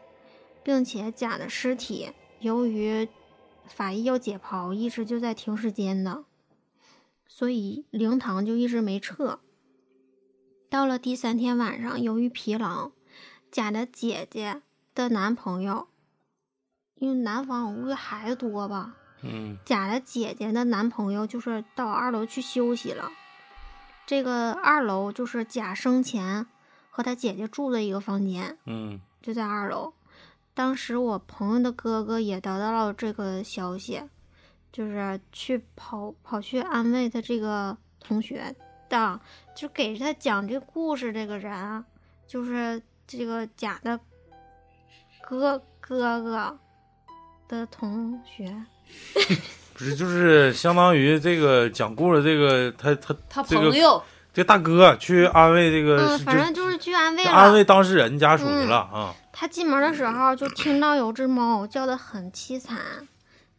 并且甲的尸体由于法医要解剖，一直就在停尸间的，所以灵堂就一直没撤。到了第三天晚上，由于疲劳，甲的姐姐的男朋友，因为南方我估计孩子多吧，
嗯，
甲的姐姐的男朋友就是到二楼去休息了。这个二楼就是甲生前和他姐姐住的一个房间，
嗯，
就在二楼。当时我朋友的哥哥也得到了这个消息，就是去跑跑去安慰他这个同学的，就给他讲这个故事。这个人啊就是这个甲的哥哥哥的同学，
不是，就是相当于这个讲故事这个他他
他
这
朋
个
友
这大哥啊去安慰这个，
嗯，反正就是去安慰
呃就
了。嗯
安慰当事人家属去了啊。
他进门的时候就听到有只猫叫的很凄惨，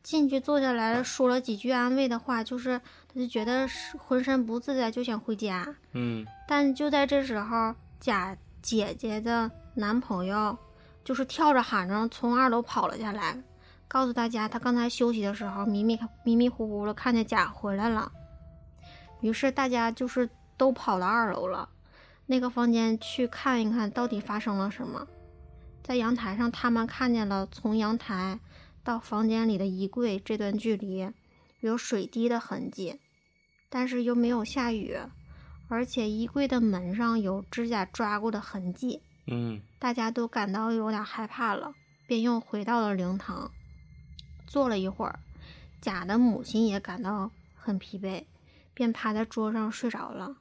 进去坐下来了，说了几句安慰的话，就是他就觉得是浑身不自在，就想回家。
嗯
但就在这时候，贾姐姐的男朋友就是跳着喊着从二楼跑了下来，告诉大家他刚才休息的时候迷迷迷迷糊糊的看见贾回来了，于是大家就是都跑到二楼了，那个房间去看一看到底发生了什么。在阳台上，他们看见了从阳台到房间里的衣柜这段距离有水滴的痕迹，但是又没有下雨，而且衣柜的门上有指甲抓过的痕迹，
嗯
大家都感到有点害怕了，便又回到了灵堂。坐了一会儿，甲的母亲也感到很疲惫，便趴在桌上睡着了。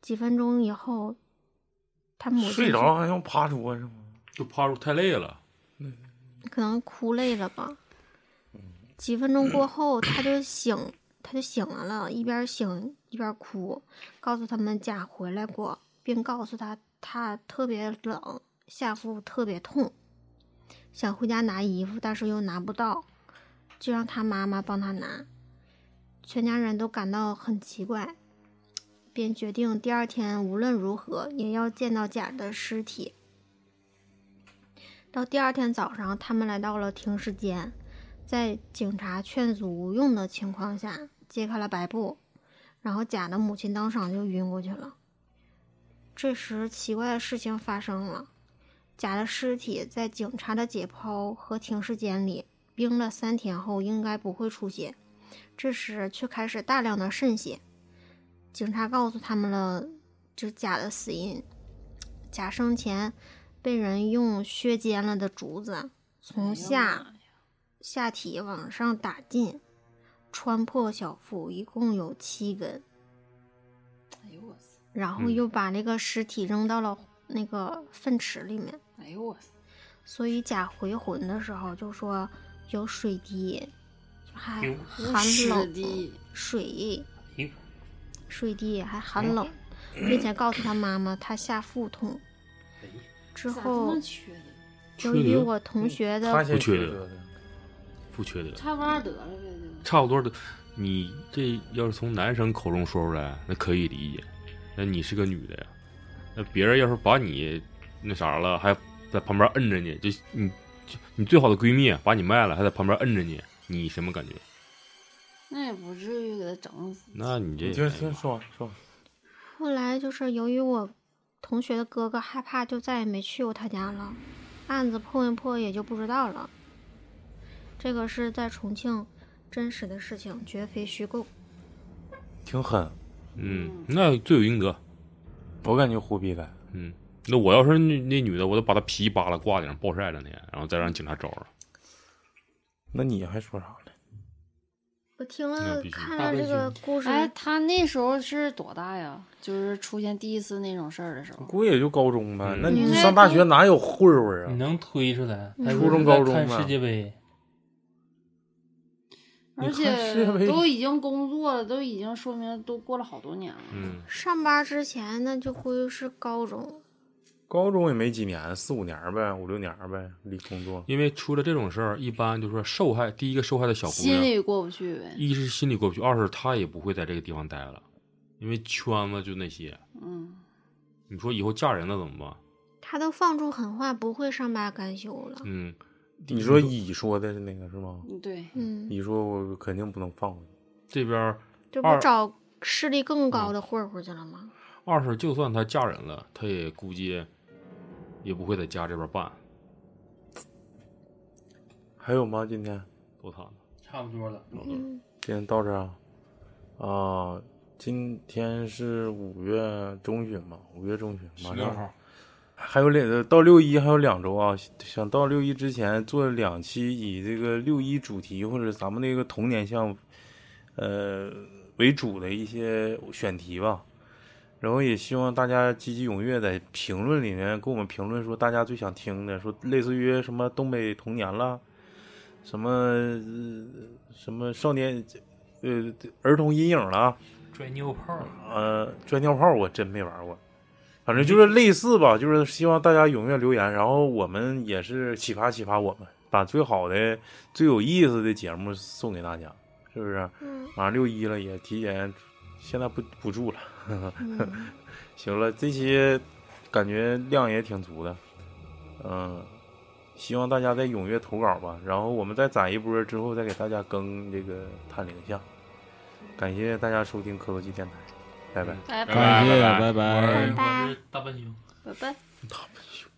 几分钟以后，他母亲
睡着还用趴桌上吗？
就趴着太累了，
可能哭累了吧。几分钟过后，他就醒，他就醒了了，一边醒一边哭，告诉他们甲回来过，并告诉他他特别冷，下腹特别痛，想回家拿衣服，但是又拿不到，就让他妈妈帮他拿。全家人都感到很奇怪，便决定第二天无论如何也要见到甲的尸体。到第二天早上，他们来到了停尸间，在警察劝阻无用的情况下，揭开了白布，然后甲的母亲当场就晕过去了。这时，奇怪的事情发生了：甲的尸体在警察的解剖和停尸间里冰了三天后，应该不会出血，这时却开始大量的渗血。警察告诉他们了，这甲的死因：甲生前被人用削尖了的竹子从下下体往上打进，穿破小腹，一共有七根，
哎呦我操！
然后
嗯
又把那个尸体扔到了那个粪池里面。
哎呦我操！
所以甲回魂的时候就说有水滴，还
嗯
有
寒冷
的，
水
有哦
水滴还寒冷，并且告诉他妈妈他下腹痛。
哎
之
咋这
后
么，嗯缺德？
由于我同学
他
的
先
不缺
学
德
得的，
不缺德，
插班得了呗，就
差不多的。你这要是从男生口中说出来，那可以理解。那你是个女的呀，那别人要是把你那啥了，还在旁边摁着你，就你就你最好的闺蜜啊把你卖了，还在旁边摁着你，你什么感觉？
那也不至于给他整死。
那你这
你听听说说，
后来就是由于我同学的哥哥害怕，就再也没去过他家了，案子破没破也就不知道了。这个是在重庆真实的事情，绝非虚构。
挺狠，
嗯，那罪有应得。
我感觉胡逼来。
嗯，那我要是那那女的，我都把她皮扒了挂顶上暴晒两天，然后再让警察找着。
那你还说啥呢？
我听
那
了
必须
看
大
了
悲
这个
剧
故事，
哎，他那时候是多大呀？就是出现第一次那种事儿的时候，
估计也就高中吧。
嗯
那
应
你
该
上大学哪有混混
你
啊？
能推出来？
嗯
还
初中高中
看
吧
世界杯，
你
而
看世界杯
且都已经工作了，都已经说明都过了好多年了。
嗯，
上班之前那就估计是高中，
高中也没几年，四五年呗，五六年呗，离工作。
因为出了这种事儿，一般就是说受害第一个受害的小姑
心
娘，
里过不去呗。
一是心里过不去，二是她也不会在这个地方待了，因为圈子就那些。
嗯，
你说以后嫁人了怎么办？
他都放出狠话，不会上班干休了。
嗯，
你说乙说的那个是吗？
对，
嗯，
乙说我肯定不能放过你。
这边儿
这不
二嗯
找势力更高的混混去了吗？
二是就算她嫁人了，她也估计也不会在家这边办，
还有吗？今天
多惨呢。
差不多了。
嗯，
今天到这儿啊？啊，今天是五月中旬嘛，五月中旬，马上，还有两呃到六一还有两周啊，想到六一之前做两期以这个六一主题或者咱们那个童年项，呃为主的一些选题吧。然后也希望大家积极踊跃，在评论里面给我们评论说大家最想听的，说类似于什么东北童年啦，什么、呃什么少年，呃儿童阴影啦，
拽尿泡儿，
呃，摔尿泡我真没玩过，反正就是类似吧，就是希望大家踊跃留言，然后我们也是启发启发我们，把最好的、最有意思的节目送给大家，是不是？
嗯
马上六一了，也提前，现在不不住了。呵呵
嗯，
行了，这期感觉量也挺足的，嗯，希望大家再踊跃投稿吧。然后我们再攒一波之后，再给大家更这个探灵像。感谢大家收听科技电台，拜拜。
拜
拜
啊
感谢，
拜
拜拜
我是
拜
我是大笨熊。
拜拜。
大笨熊。